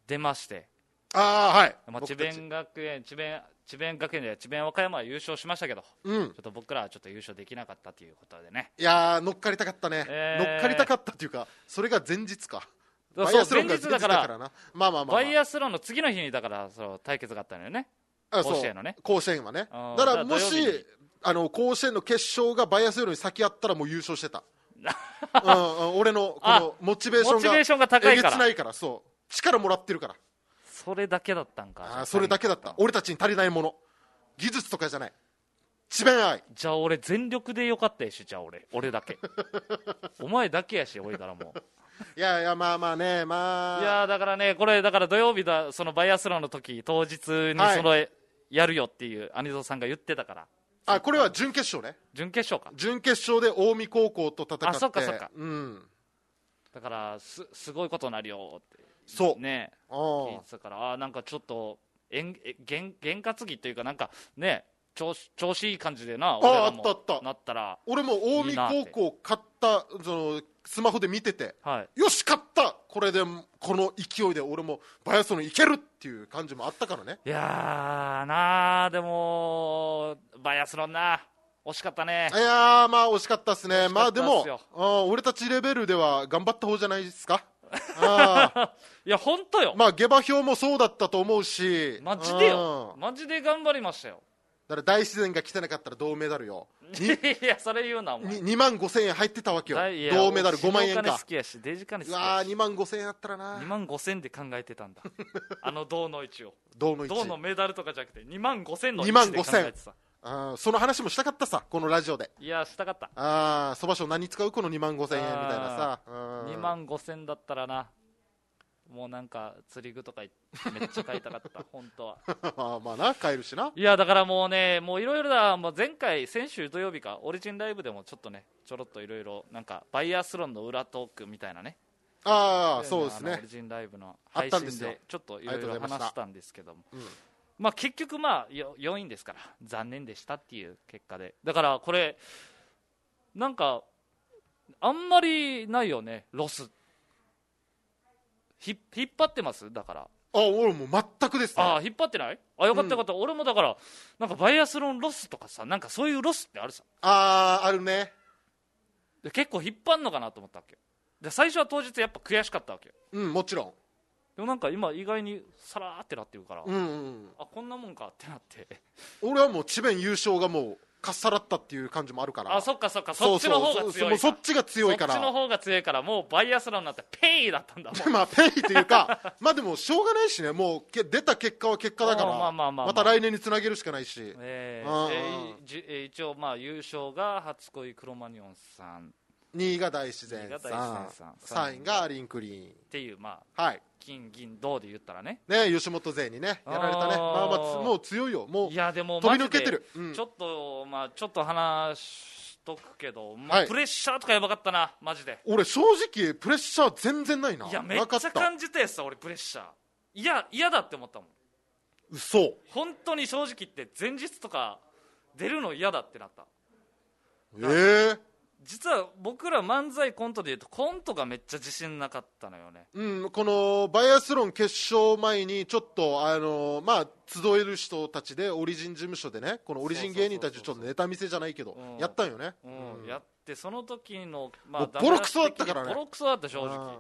[SPEAKER 1] 出まして、
[SPEAKER 2] ああはい
[SPEAKER 1] まあ、智
[SPEAKER 2] 僕たち
[SPEAKER 1] 弁学園智弁智弁学園で智弁和歌山は優勝しましたけどち
[SPEAKER 2] うん
[SPEAKER 1] ょっと僕らはちょっと優勝できなかったということでね
[SPEAKER 2] いやー乗っかりたかったね、
[SPEAKER 1] えー
[SPEAKER 2] 乗っかりたかったっていうかそれが前日か
[SPEAKER 1] そう
[SPEAKER 2] バイアスロンが
[SPEAKER 1] 前
[SPEAKER 2] 前
[SPEAKER 1] 日だ
[SPEAKER 2] 日だ
[SPEAKER 1] か
[SPEAKER 2] かららなまあまあまあ、まあ、
[SPEAKER 1] バイアスロンの次の日にだからその対決があったのよね
[SPEAKER 2] あそう
[SPEAKER 1] 甲子園のね
[SPEAKER 2] 甲子園はね
[SPEAKER 1] あー
[SPEAKER 2] だからも
[SPEAKER 1] だから土曜日に
[SPEAKER 2] しあの甲子園の決勝がバイアスロンに先やったらもう優
[SPEAKER 1] [laughs]
[SPEAKER 2] 勝してたうん、うん、俺のこのモチベーションが
[SPEAKER 1] モチベーションが高いから
[SPEAKER 2] えげつないからそう力もらってるから
[SPEAKER 1] それだけだったんか
[SPEAKER 2] あーそれだけだった俺たちに足りないもの技術とかじゃない智弁愛
[SPEAKER 1] じゃあ俺全力でよかったやしじゃあ俺俺だけ
[SPEAKER 2] [laughs]
[SPEAKER 1] お前だけやし俺からもう
[SPEAKER 2] いやいやまあまあねまあ
[SPEAKER 1] いやーだからね、これ、だから土曜日だ、そのバイアスロンの時当日に
[SPEAKER 2] はい
[SPEAKER 1] その、やるよっていう、アニゾさんが言ってたから、
[SPEAKER 2] あこれは準決勝ね
[SPEAKER 1] 準決勝か、
[SPEAKER 2] 準決勝で近江高校と戦って
[SPEAKER 1] あそっかそっか
[SPEAKER 2] うん
[SPEAKER 1] だからす、すごいことになるよっ
[SPEAKER 2] そう、
[SPEAKER 1] て、ね、
[SPEAKER 2] あ
[SPEAKER 1] 聞い
[SPEAKER 2] ー
[SPEAKER 1] てたから、あーなんかちょっと、えんえげん験担ぎというか、なんかね、調子調子いい感じでな、俺らも
[SPEAKER 2] あったあった
[SPEAKER 1] なったら、
[SPEAKER 2] 俺も近江高校買ったそのスマホで見てて
[SPEAKER 1] はい、
[SPEAKER 2] よし勝ったこれでこの勢いで俺もバイアスロンいけるっていう感じもあったからね
[SPEAKER 1] いやーなー、でも、バイアスロンな、惜しかったね
[SPEAKER 2] いやー、まあ惜しかったですね、
[SPEAKER 1] 惜し
[SPEAKER 2] ま
[SPEAKER 1] か
[SPEAKER 2] あ
[SPEAKER 1] った
[SPEAKER 2] で
[SPEAKER 1] っ
[SPEAKER 2] も
[SPEAKER 1] すよ、
[SPEAKER 2] うん俺たちレベルでは頑張った方じゃないですか、あ
[SPEAKER 1] いや本当よ、
[SPEAKER 2] ーまあ下馬評もそうだったと思うし、
[SPEAKER 1] マジでよ
[SPEAKER 2] うん
[SPEAKER 1] マジで頑張りましたよ
[SPEAKER 2] だから大自然が来てなかったら銅メダ
[SPEAKER 1] [laughs]
[SPEAKER 2] ルよ、
[SPEAKER 1] いやそれ言うなお前
[SPEAKER 2] 2万5000円入ってたわけよ
[SPEAKER 1] だい、や
[SPEAKER 2] 銅メダル
[SPEAKER 1] 俺
[SPEAKER 2] 5万円
[SPEAKER 1] お金
[SPEAKER 2] か
[SPEAKER 1] 好、きやしデジ金好き
[SPEAKER 2] うわ
[SPEAKER 1] や
[SPEAKER 2] ー、
[SPEAKER 1] し
[SPEAKER 2] 2万5000円あったら
[SPEAKER 1] 2
[SPEAKER 2] な、
[SPEAKER 1] 万5000で考えてた
[SPEAKER 2] [laughs]
[SPEAKER 1] んだあの銅の位置を
[SPEAKER 2] 銅の
[SPEAKER 1] 銅の
[SPEAKER 2] 1
[SPEAKER 1] メダルとかじゃなくて2万5000の位
[SPEAKER 2] 2万
[SPEAKER 1] 置で考えてた
[SPEAKER 2] あーその話もしたかったさ、このラジオで、
[SPEAKER 1] いやしたかった
[SPEAKER 2] あーそば賞何使う、この2万5000円みたいなさ、うん
[SPEAKER 1] 2万5000だったらなもうなんか釣り具とか
[SPEAKER 2] [laughs]
[SPEAKER 1] いめっちゃ買いたかった本当は
[SPEAKER 2] [laughs] まあまあな、買えるしな、
[SPEAKER 1] いやだからもうねもういろいろだもう前回先週土曜日かオリジンライブでもちょっとねちょろっといろいろなんかバイアスロンの裏トークみたいなね
[SPEAKER 2] ああ、そうです
[SPEAKER 1] あのオ
[SPEAKER 2] ね
[SPEAKER 1] リ。ジンライブの
[SPEAKER 2] あ
[SPEAKER 1] 配
[SPEAKER 2] ったんで
[SPEAKER 1] 信
[SPEAKER 2] すよ
[SPEAKER 1] でちょっとい
[SPEAKER 2] あ
[SPEAKER 1] ろ
[SPEAKER 2] り
[SPEAKER 1] い
[SPEAKER 2] がと
[SPEAKER 1] ろ
[SPEAKER 2] うございました
[SPEAKER 1] 話したんですけども
[SPEAKER 2] うん
[SPEAKER 1] まあ結局まあよ4位ですから残念でしたっていう結果でだからこれなんかあんまりないよねロスひ引っ張ってますだから
[SPEAKER 2] あ俺もう全くですね
[SPEAKER 1] ああ引っ張ってないあよかったよかった、俺もだからなんかバイアスロンロスとかさなんかそういうロスってあるさ
[SPEAKER 2] あーあるね
[SPEAKER 1] で結構引っ張んのかなと思ったわけよで最初は当日やっぱ悔しかったわけよ
[SPEAKER 2] うんもちろん
[SPEAKER 1] でもなんか今意外にさらーってなってるから、
[SPEAKER 2] うん、うん、
[SPEAKER 1] あこんなもんかってなって
[SPEAKER 2] 俺はもう智弁優勝がもうかっさらったっていう感じもあるから
[SPEAKER 1] あそっかそっかそっちの方が強いか
[SPEAKER 2] そうそうそうもうそっちが強いから
[SPEAKER 1] そっちの方が強いからもうバイアスロンなんてペイだったんだもん
[SPEAKER 2] まあペイ [laughs] というかまあでもしょうがないしねもうけ出た結果は結果だから
[SPEAKER 1] まあまあまあまあ
[SPEAKER 2] た来年につなげるしかないし
[SPEAKER 1] え
[SPEAKER 2] ああ
[SPEAKER 1] ーえーじえー一応まあ優勝が初恋クロマニオンさんっ
[SPEAKER 2] 2位が大自然
[SPEAKER 1] 二位が大
[SPEAKER 2] さ
[SPEAKER 1] 自然
[SPEAKER 2] ん
[SPEAKER 1] さん
[SPEAKER 2] 3位がアリンクリーン
[SPEAKER 1] ていうまあ
[SPEAKER 2] はい
[SPEAKER 1] 金銀銅で言ったらね
[SPEAKER 2] ね吉本勢にねやられたね
[SPEAKER 1] あー
[SPEAKER 2] まあまあつもう強いよもう
[SPEAKER 1] いやでも
[SPEAKER 2] 飛
[SPEAKER 1] マ
[SPEAKER 2] び
[SPEAKER 1] ジ
[SPEAKER 2] 抜け
[SPEAKER 1] で
[SPEAKER 2] てる、うん
[SPEAKER 1] ちょっとまあちょっと話しとくけど、まあ
[SPEAKER 2] はい
[SPEAKER 1] プレッシャーとかやばかったなマジで
[SPEAKER 2] 俺正直プレッシャー全然ないない
[SPEAKER 1] やめっ
[SPEAKER 2] なかっ
[SPEAKER 1] ちゃ
[SPEAKER 2] た
[SPEAKER 1] 感じてさ俺プレッシャーいや嫌だって思ったもん
[SPEAKER 2] 嘘
[SPEAKER 1] 本当に正直言って前日とか出るの嫌だってなった
[SPEAKER 2] ええー
[SPEAKER 1] 実は僕ら漫才コントでいうとコントがめっちゃ自信なかったのよね
[SPEAKER 2] うん、このバイアスロン決勝前にちょっとあのまあ集える人たちでオリジン事務所でねこのオリジン芸人たちをちょっとネタ見せじゃないけど
[SPEAKER 1] うん
[SPEAKER 2] やったんよね、
[SPEAKER 1] うん、
[SPEAKER 2] うん
[SPEAKER 1] やってその時の、ま
[SPEAKER 2] もうボロクソだったからね
[SPEAKER 1] ボロクソだった正直
[SPEAKER 2] あ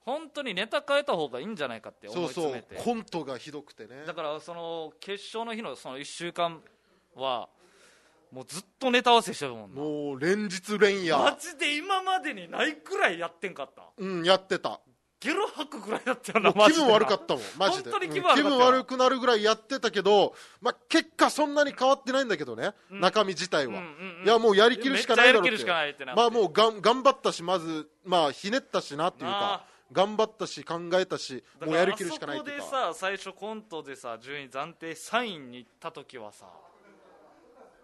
[SPEAKER 1] 本当にネタ変えた方がいいんじゃないかって
[SPEAKER 2] ー
[SPEAKER 1] 思い
[SPEAKER 2] そ
[SPEAKER 1] 詰
[SPEAKER 2] うそ
[SPEAKER 1] め
[SPEAKER 2] う
[SPEAKER 1] て
[SPEAKER 2] コントがひどくてね
[SPEAKER 1] だからその決勝の日のその1週間はもうずっとネタ合わせしてるもんな
[SPEAKER 2] もう連日連
[SPEAKER 1] マ
[SPEAKER 2] 夜、
[SPEAKER 1] ジで今までにないくらいやってんかった
[SPEAKER 2] うん、やってた
[SPEAKER 1] ゲロ吐くぐらいだったよな [laughs] マ
[SPEAKER 2] 気
[SPEAKER 1] ジで
[SPEAKER 2] 分悪かっ
[SPEAKER 1] [laughs]
[SPEAKER 2] たもんマジで
[SPEAKER 1] 本当に気分悪かったよ
[SPEAKER 2] うん気分悪くなるぐらいやってたけど、まあ、結果そんなに変わってないんだけどね、中身自体は、
[SPEAKER 1] うんうんうん
[SPEAKER 2] いやもうやりきるしかないだろう
[SPEAKER 1] めっちゃやりきるしかないってなって
[SPEAKER 2] まあもうがん頑張ったしまずまあひねったしなっていう
[SPEAKER 1] な
[SPEAKER 2] か
[SPEAKER 1] あ
[SPEAKER 2] 頑張ったし考えたし
[SPEAKER 1] だか
[SPEAKER 2] もう
[SPEAKER 1] ら
[SPEAKER 2] やりきるしかないっていう
[SPEAKER 1] あ
[SPEAKER 2] か
[SPEAKER 1] そこでさ最初コントでさ順位暫定3位に行った時はさ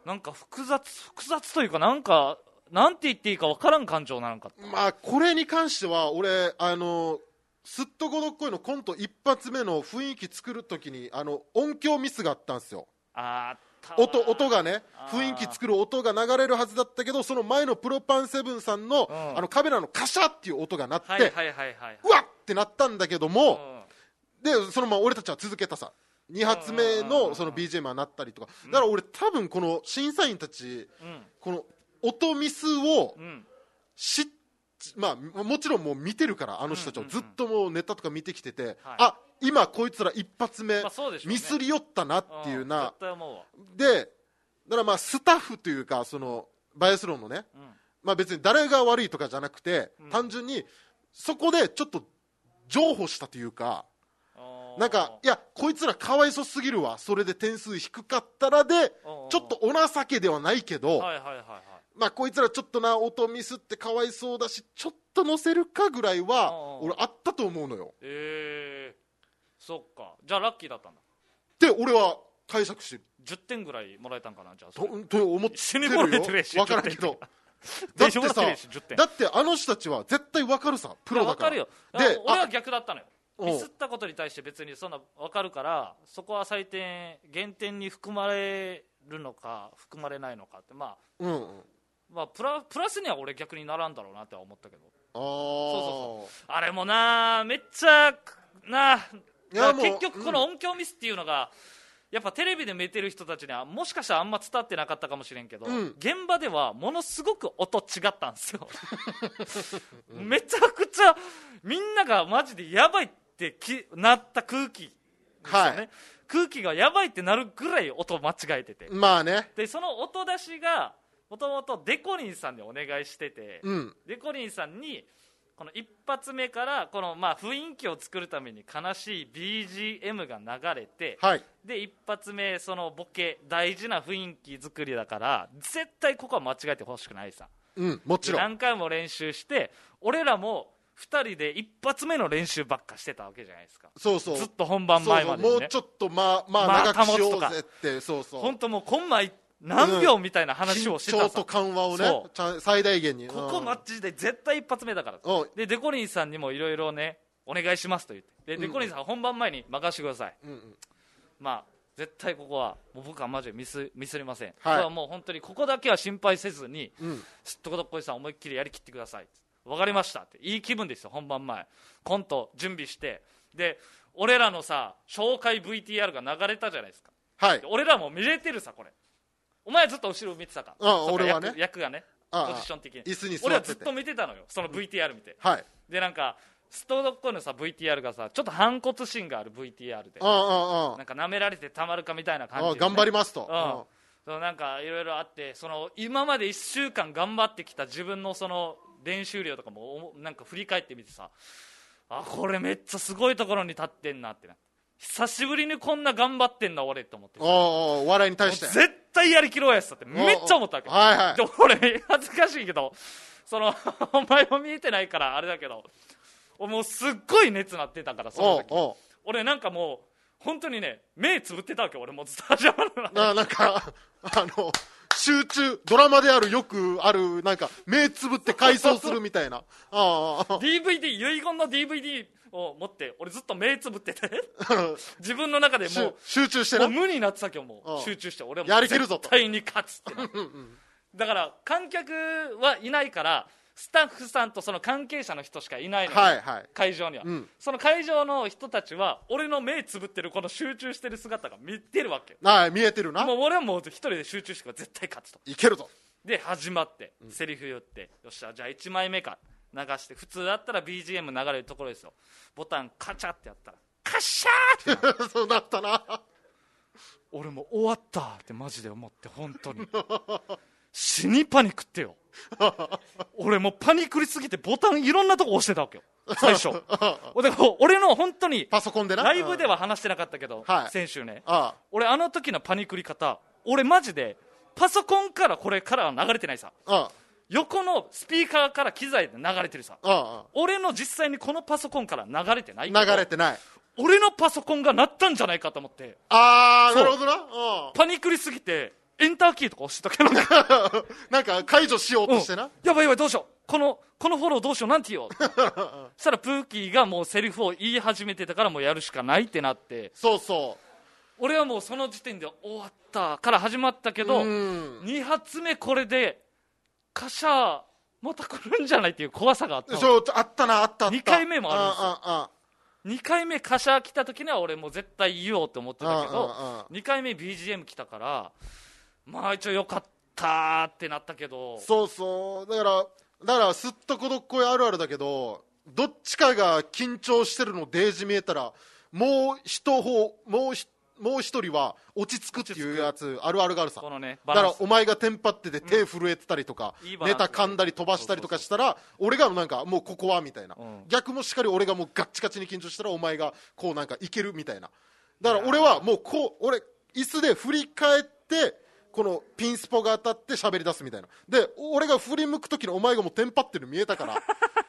[SPEAKER 1] なんか複雑複雑というかなんかなんて言っていいか分からん感情なのかって
[SPEAKER 2] まあこれに関しては俺あのすっとこどっこいのコント一発目の雰囲気作るときにあの音響ミスがあったんですよ
[SPEAKER 1] あーあったわ
[SPEAKER 2] 音音がね
[SPEAKER 1] あー
[SPEAKER 2] 雰囲気作る音が流れるはずだったけどその前のプロパンセブンさんの,、
[SPEAKER 1] うん
[SPEAKER 2] あのカメラのカシャっていう音が鳴って、
[SPEAKER 1] はいはいはいはいはいう
[SPEAKER 2] わっってなったんだけども、
[SPEAKER 1] うん
[SPEAKER 2] でそのまま俺たちは続けたさ2発目のその BGM はなったりとかだから俺多分この審査員たち
[SPEAKER 1] うん
[SPEAKER 2] この音ミスを
[SPEAKER 1] うん
[SPEAKER 2] 知っまあももちろんもう見てるからあの人たち
[SPEAKER 1] う
[SPEAKER 2] を
[SPEAKER 1] んうんう
[SPEAKER 2] ず
[SPEAKER 1] ん
[SPEAKER 2] っともうネタとか見てきてて、
[SPEAKER 1] はい
[SPEAKER 2] あ今こいつら一発目
[SPEAKER 1] まあそうでしょうね
[SPEAKER 2] ミスりよったなっていうな、
[SPEAKER 1] ん絶対思うわ
[SPEAKER 2] でだからまあスタッフというかそのバイアスロンのね、
[SPEAKER 1] うん
[SPEAKER 2] まあ、別に誰が悪いとかじゃなくて、
[SPEAKER 1] うん
[SPEAKER 2] 単純にそこでちょっと譲歩したというか。
[SPEAKER 1] あー
[SPEAKER 2] なんか、いや、こいつらかわいそすぎるわ、それで点数低かったらで、
[SPEAKER 1] おうおう
[SPEAKER 2] ちょっとお情けではないけ
[SPEAKER 1] はい
[SPEAKER 2] ど、
[SPEAKER 1] はいはいはい
[SPEAKER 2] まあ、こいつらちょっとな、音ミスってかわいそうだし、ちょっと乗せるかぐらいは
[SPEAKER 1] お、うおう
[SPEAKER 2] 俺、あったと思うのよ。
[SPEAKER 1] ええそっかじゃあラッキーだったんだ
[SPEAKER 2] って、俺は解釈してる。
[SPEAKER 1] 10点ぐらいもらえたんかなじゃあそ [laughs]
[SPEAKER 2] と
[SPEAKER 1] れ、
[SPEAKER 2] と思って
[SPEAKER 1] 死
[SPEAKER 2] る
[SPEAKER 1] に
[SPEAKER 2] よ。
[SPEAKER 1] もらえてるやし
[SPEAKER 2] わからんけど。
[SPEAKER 1] で
[SPEAKER 2] だって
[SPEAKER 1] し
[SPEAKER 2] さ
[SPEAKER 1] ょ、だって10点
[SPEAKER 2] だってあの人たちは絶対わかるさ、プロだから。
[SPEAKER 1] いやわかるよ
[SPEAKER 2] で
[SPEAKER 1] で俺は逆だったのよ
[SPEAKER 2] あ
[SPEAKER 1] ミスったことに対して別にそんな分かるからそこは採点減点に含まれるのか含まれないのかってまあ
[SPEAKER 2] うんうん。
[SPEAKER 1] まあプラプラスには俺逆にならんだろうなっては思ったけど
[SPEAKER 2] ああ。
[SPEAKER 1] そうあれもなめっちゃなあ
[SPEAKER 2] い
[SPEAKER 1] だ
[SPEAKER 2] や
[SPEAKER 1] から
[SPEAKER 2] も
[SPEAKER 1] 結
[SPEAKER 2] う
[SPEAKER 1] 局この音響ミスっていうのが、やっぱテレビで見てる人たちにはもしかしたらあんま伝わってなかったかもしれんけど、
[SPEAKER 2] うん
[SPEAKER 1] 現場ではものすごく音違ったんです
[SPEAKER 2] [laughs]
[SPEAKER 1] よ、めちゃくちゃみんながマジでやばいってきなった空気ですよね、
[SPEAKER 2] はい
[SPEAKER 1] 空気がやばいってなるぐらい音間違えてて、
[SPEAKER 2] まあね
[SPEAKER 1] でその音出しがもともとデコリンさんにお願いしてて、
[SPEAKER 2] うん
[SPEAKER 1] デコリンさんにこの一発目からこのまあ雰囲気を作るために悲しい BGM が流れて、
[SPEAKER 2] はい
[SPEAKER 1] で一発目そのボケ大事な雰囲気作りだから絶対ここは間違えてほしくないさ
[SPEAKER 2] うんもちろん
[SPEAKER 1] 何回も練習して俺らも2人で一発目の練習ばっかしてたわけじゃないですか
[SPEAKER 2] そうそう
[SPEAKER 1] ずっと本番前までに
[SPEAKER 2] そうそうも
[SPEAKER 1] ね
[SPEAKER 2] うちょっとまあまあ
[SPEAKER 1] まあ
[SPEAKER 2] 長くしよ
[SPEAKER 1] 保つと
[SPEAKER 2] う
[SPEAKER 1] か
[SPEAKER 2] ぜってそうそう
[SPEAKER 1] 本当もうコンマい何秒みたいな話をして
[SPEAKER 2] 緊
[SPEAKER 1] た
[SPEAKER 2] 張
[SPEAKER 1] さ、
[SPEAKER 2] と緩和をね
[SPEAKER 1] そう
[SPEAKER 2] ちゃん最大限に
[SPEAKER 1] ここマッチで絶対一発目だから
[SPEAKER 2] うんお
[SPEAKER 1] でデコリンさんにもいろいろねお願いしますと言ってでデコリンさん本番前に任せてください、
[SPEAKER 2] うんうん
[SPEAKER 1] まあ絶対ここはもう僕はマジでミスミスりません、こ
[SPEAKER 2] はい
[SPEAKER 1] れはもう本当にここだけは心配せずに
[SPEAKER 2] うん
[SPEAKER 1] すっとこどっこいさん思いっきりやりきってくださいわかりましたっていい気分ですよ本番前コント準備してで俺らのさ紹介 VTR が流れたじゃないですか
[SPEAKER 2] はい
[SPEAKER 1] で俺らも見れてるさこれお前ずっと後ろ見てたか
[SPEAKER 2] ああ
[SPEAKER 1] そっか
[SPEAKER 2] 俺はね
[SPEAKER 1] 役役がね
[SPEAKER 2] ああ
[SPEAKER 1] ポジション的に
[SPEAKER 2] 椅子に座
[SPEAKER 1] 俺は
[SPEAKER 2] っ
[SPEAKER 1] ずって
[SPEAKER 2] て
[SPEAKER 1] と見てたのよその VTR 見て、
[SPEAKER 2] はい
[SPEAKER 1] でなんかストードッコイのさ VTR がさちょっと反骨心がある VTR で
[SPEAKER 2] あああ
[SPEAKER 1] なんか舐められてたまるかみたいな感
[SPEAKER 2] あ
[SPEAKER 1] じ
[SPEAKER 2] あ
[SPEAKER 1] でね
[SPEAKER 2] あ頑張りますと
[SPEAKER 1] うんそのなんかいろいろあってその今まで1週間頑張ってきた自分のその練習量とかもおなんか振り返ってみてさあこれめっちゃすごいところに立ってんなってな久しぶりにこんな頑張ってんな俺って思って
[SPEAKER 2] あああ笑いに対して
[SPEAKER 1] もう絶対やりきろうやつだってめっちゃ思ったわけ
[SPEAKER 2] はいは
[SPEAKER 1] [laughs]
[SPEAKER 2] い
[SPEAKER 1] で俺恥ずかしいけどその [laughs] お前も見えてないからあれだけどもうすっごい熱なってたからその
[SPEAKER 2] おう
[SPEAKER 1] 時
[SPEAKER 2] お
[SPEAKER 1] 俺なんかもう本当にね目つぶってたわけ俺もうスタジアムの中
[SPEAKER 2] う [laughs] ななんかあの集中ドラマであるよくあるなんか目つぶって回想するみたいなああああ
[SPEAKER 1] DVD 遺言の DVD を持って俺ずっと目つぶって [laughs] て自分の中で
[SPEAKER 2] 集
[SPEAKER 1] も
[SPEAKER 2] 集中し
[SPEAKER 1] う
[SPEAKER 2] て
[SPEAKER 1] も
[SPEAKER 2] な
[SPEAKER 1] う無になってたけども
[SPEAKER 2] うん
[SPEAKER 1] う集中して俺も
[SPEAKER 2] やりきるぞと
[SPEAKER 1] 絶対に勝つってなだから観客はいないからスタッフさんとその関係者の人しかいないのよ
[SPEAKER 2] はいはい
[SPEAKER 1] 会場には、
[SPEAKER 2] うん
[SPEAKER 1] その会場の人たちは俺の目つぶってるこの集中してる姿が見てるわけよ
[SPEAKER 2] ああ見えてるな
[SPEAKER 1] もう俺はもう一人で集中してるから絶対勝つと
[SPEAKER 2] いけるぞ
[SPEAKER 1] で始まってセリフ言って、よっしゃじゃあ1枚目か流して普通だったら BGM 流れるところですよボタンカチャってやったらカッシャーって
[SPEAKER 2] そうなったな
[SPEAKER 1] 俺もう終わったってマジで思って本当
[SPEAKER 2] [laughs]
[SPEAKER 1] に死にパニックってよ俺もうパニックりすぎてボタンいろんなとこ押してたわけよ最
[SPEAKER 2] [laughs]
[SPEAKER 1] 初でこう俺の本当に
[SPEAKER 2] パソコンでな
[SPEAKER 1] ライブで
[SPEAKER 2] は
[SPEAKER 1] は話してなかったけど、
[SPEAKER 2] はい
[SPEAKER 1] 先週ね
[SPEAKER 2] あ
[SPEAKER 1] 俺あの時のパニクり方俺マジでパソコンからこれからは流れてないさ
[SPEAKER 2] ああ
[SPEAKER 1] 横のスピーカーから機材で流れてるさ
[SPEAKER 2] あああ
[SPEAKER 1] 俺の実際にこのパソコンから流れてないけど
[SPEAKER 2] 流れてない
[SPEAKER 1] 俺のパソコンが鳴ったんじゃないかと思って
[SPEAKER 2] ああ
[SPEAKER 1] そう
[SPEAKER 2] なるほどなうん
[SPEAKER 1] パニクりすぎてエンターキーとか押してたけど、
[SPEAKER 2] [laughs]
[SPEAKER 1] ね
[SPEAKER 2] なんか解除しよ
[SPEAKER 1] う
[SPEAKER 2] う
[SPEAKER 1] ん
[SPEAKER 2] としてな、
[SPEAKER 1] やばいやばいどうしようこのこのフォローどうしようなんて
[SPEAKER 2] [laughs]
[SPEAKER 1] 言おうそしたらプーキーがもうセリフを言い始めてたからもうやるしかないってなって
[SPEAKER 2] そうそ
[SPEAKER 1] 俺はもうその時点で終わったから始まったけ
[SPEAKER 2] う
[SPEAKER 1] ど、
[SPEAKER 2] うん
[SPEAKER 1] 2発目これでカシャーまた来るんじゃないっていう怖さがあったの
[SPEAKER 2] そうあったなあったあった
[SPEAKER 1] 二回目もあるんですよ
[SPEAKER 2] ああ
[SPEAKER 1] 2回目カシャー来た時には俺もう絶対言おうと思って
[SPEAKER 2] あ
[SPEAKER 1] た
[SPEAKER 2] あ
[SPEAKER 1] け
[SPEAKER 2] あ
[SPEAKER 1] ど
[SPEAKER 2] あああ
[SPEAKER 1] 2回目 BGM 来たからまあ一応よかったってなったけど
[SPEAKER 2] そうそうだからだからすっとこどっこいあるあるだけどどっちかが緊張してるのデージ見えたらもう一方もうひもう一人は落ち着くっていうやつあるあるがあるさ
[SPEAKER 1] このねバ
[SPEAKER 2] だか
[SPEAKER 1] ラ
[SPEAKER 2] ら
[SPEAKER 1] ンス
[SPEAKER 2] お前がテンパってて手震えてたりとか、
[SPEAKER 1] いいバラン
[SPEAKER 2] ネ
[SPEAKER 1] ス
[SPEAKER 2] タ噛んだり飛ばしたりとかしたら俺がなんかもうここはみたいな、
[SPEAKER 1] うん
[SPEAKER 2] 逆もしっかり俺がもうガッチガチに緊張したらお前がこうなんかいけるみたいなだから俺はもうこう俺椅子で振り返ってこのピンスポが当たって喋り出すみたいなで俺が振り向く時のお前がもうテンパってるの見えたから
[SPEAKER 1] [laughs]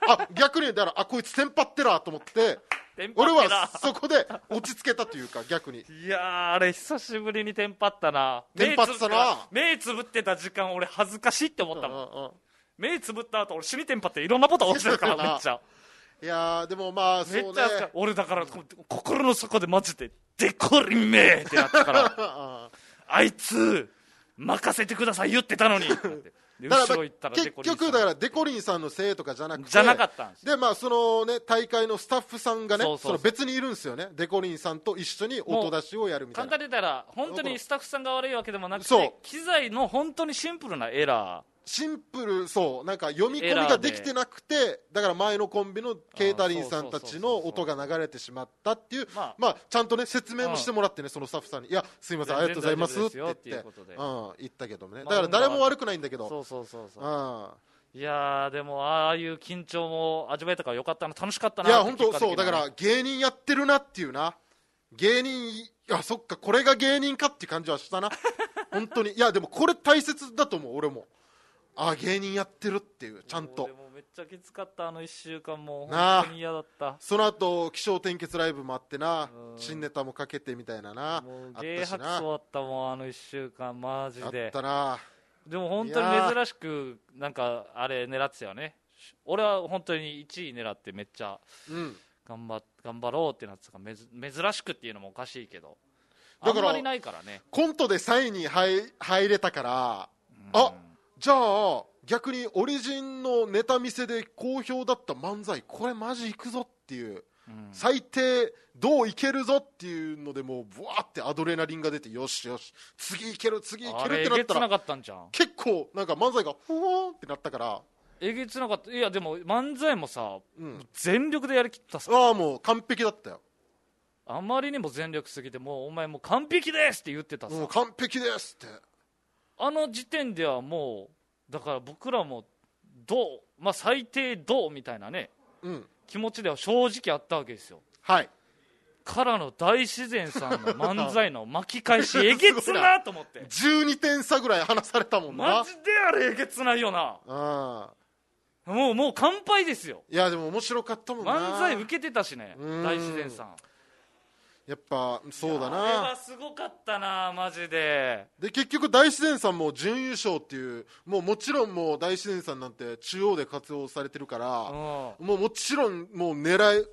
[SPEAKER 2] あ逆にだからあこいつテンパってらと思って
[SPEAKER 1] テンパっ
[SPEAKER 2] 俺
[SPEAKER 1] てな
[SPEAKER 2] はそこで落ち着けたというか逆に
[SPEAKER 1] いやーあれ久しぶりにテンパったな
[SPEAKER 2] テンパってたな
[SPEAKER 1] 目つぶってた目つぶってた時間俺恥ずかしいって思った
[SPEAKER 2] う
[SPEAKER 1] もん
[SPEAKER 2] んうんうん
[SPEAKER 1] 目つぶった後俺死にテンパっていろんなボタン押してる
[SPEAKER 2] [laughs]
[SPEAKER 1] からめっちゃ
[SPEAKER 2] いやーでもまあそう
[SPEAKER 1] め
[SPEAKER 2] ね
[SPEAKER 1] っちゃ恥ずかしい俺だからこ心の底でマジで「デコリンめ!」
[SPEAKER 2] [laughs]
[SPEAKER 1] ってなったからあいつ任せてください言ってたのにってなってで
[SPEAKER 2] だから
[SPEAKER 1] 後ろ行ったら
[SPEAKER 2] 結
[SPEAKER 1] デコリン
[SPEAKER 2] 局だからデコリンさんのせいとかじゃなくて
[SPEAKER 1] じゃなかったんです
[SPEAKER 2] でまあそのね大会のスタッフさんがね
[SPEAKER 1] そうそうそう
[SPEAKER 2] の別にいるんですよねデコリンさんと一緒に音出しをやるみたい
[SPEAKER 1] 簡
[SPEAKER 2] な
[SPEAKER 1] 単に言ったら本当にスタッフさんが悪いわけでもなく
[SPEAKER 2] そう
[SPEAKER 1] て機材の本当にシンプルなエラ
[SPEAKER 2] シンプルそうなんか読み込み
[SPEAKER 1] エラー
[SPEAKER 2] が
[SPEAKER 1] で
[SPEAKER 2] できてなくてだから前のコンビのケータリンさんたち
[SPEAKER 1] あーそうそ
[SPEAKER 2] の
[SPEAKER 1] うそうそう
[SPEAKER 2] 音が流れてしまったっていう
[SPEAKER 1] まあ
[SPEAKER 2] まあちゃんとね説明もしてもらってねそのスタッフさんに「いやすいませんありがとうございます」って言って
[SPEAKER 1] 全然大丈
[SPEAKER 2] う
[SPEAKER 1] 夫ですよっていうんこ
[SPEAKER 2] 言ったけどもね
[SPEAKER 1] ま
[SPEAKER 2] だ
[SPEAKER 1] あ
[SPEAKER 2] から誰も悪くないんだけ
[SPEAKER 1] ー
[SPEAKER 2] ど
[SPEAKER 1] そうそうそうそう
[SPEAKER 2] うん
[SPEAKER 1] いやーでもああいう緊張も味わえたからよかったな楽しかったない
[SPEAKER 2] や本
[SPEAKER 1] 結
[SPEAKER 2] 当
[SPEAKER 1] 果的
[SPEAKER 2] そ
[SPEAKER 1] に
[SPEAKER 2] うだから芸人やってるなっていうな芸人いやそっかこれが芸人かっていう感じはし
[SPEAKER 1] [laughs]
[SPEAKER 2] たな本当にいやでもこれ大切だと思う俺もああ芸人やってるっていうちゃん
[SPEAKER 1] もう
[SPEAKER 2] と
[SPEAKER 1] でもめっちゃきつかったあの1週間もう
[SPEAKER 2] なあ
[SPEAKER 1] 本当に嫌だった
[SPEAKER 2] その後気象転結ライブもあってな
[SPEAKER 1] うん
[SPEAKER 2] 新ネタもかけてみたいななあっ
[SPEAKER 1] もう芸
[SPEAKER 2] たし
[SPEAKER 1] 発
[SPEAKER 2] な
[SPEAKER 1] 終わったもんあの1週間マジ
[SPEAKER 2] あっ
[SPEAKER 1] で
[SPEAKER 2] たな
[SPEAKER 1] でも本当
[SPEAKER 2] いや
[SPEAKER 1] に
[SPEAKER 2] ー
[SPEAKER 1] 珍しくなんかあれ狙ってたよね俺は本当に1位狙ってめっちゃ
[SPEAKER 2] うん
[SPEAKER 1] 頑張頑張ろうってなってたからめず珍しくっていうのもおかしいけどあ
[SPEAKER 2] だ
[SPEAKER 1] ん
[SPEAKER 2] から
[SPEAKER 1] まりないからね
[SPEAKER 2] コントで3位に入入れたからあじゃあ逆にオリジンのネタ見せで好評だった漫才これマジいくぞっていう
[SPEAKER 1] うん
[SPEAKER 2] 最低どういけるぞっていうのでもうブワーってアドレナリンが出てよしよし次いける次い
[SPEAKER 1] あ
[SPEAKER 2] ける
[SPEAKER 1] れえ
[SPEAKER 2] ってな
[SPEAKER 1] げ
[SPEAKER 2] っ
[SPEAKER 1] つ
[SPEAKER 2] た
[SPEAKER 1] な
[SPEAKER 2] ら
[SPEAKER 1] かったんじゃん
[SPEAKER 2] 結構なんか漫才がふわーんってなったから、
[SPEAKER 1] えげつなかったいやでも漫才もさ
[SPEAKER 2] うん、
[SPEAKER 1] 全力でやりきったさ
[SPEAKER 2] ああもう完璧だったよ
[SPEAKER 1] あまりにも全力すぎてもうお前もう完璧ですって言ってたさ
[SPEAKER 2] もう完璧ですって
[SPEAKER 1] あの時点ではもうだから僕らもどうまあ最低どうみたいなね
[SPEAKER 2] うん
[SPEAKER 1] 気持ちでは正直あったわけですよ
[SPEAKER 2] はい
[SPEAKER 1] からの大自然さんの漫才の巻き返しえげつなと思って
[SPEAKER 2] [laughs] 12点差ぐらい離されたもんな
[SPEAKER 1] マジであれえげつないよな
[SPEAKER 2] うん
[SPEAKER 1] もうもう乾杯ですよ
[SPEAKER 2] いやでも面白かったもんな
[SPEAKER 1] 漫才受けてたしね
[SPEAKER 2] うん
[SPEAKER 1] 大自然さん
[SPEAKER 2] やっぱそうだ
[SPEAKER 1] あれ
[SPEAKER 2] な
[SPEAKER 1] はすごかったなマジで
[SPEAKER 2] で結局大自然さんも準優勝っていうもうもちろんもう大自然さんなんて中央で活用されてるから、
[SPEAKER 1] うん
[SPEAKER 2] もうもちろんもう狙い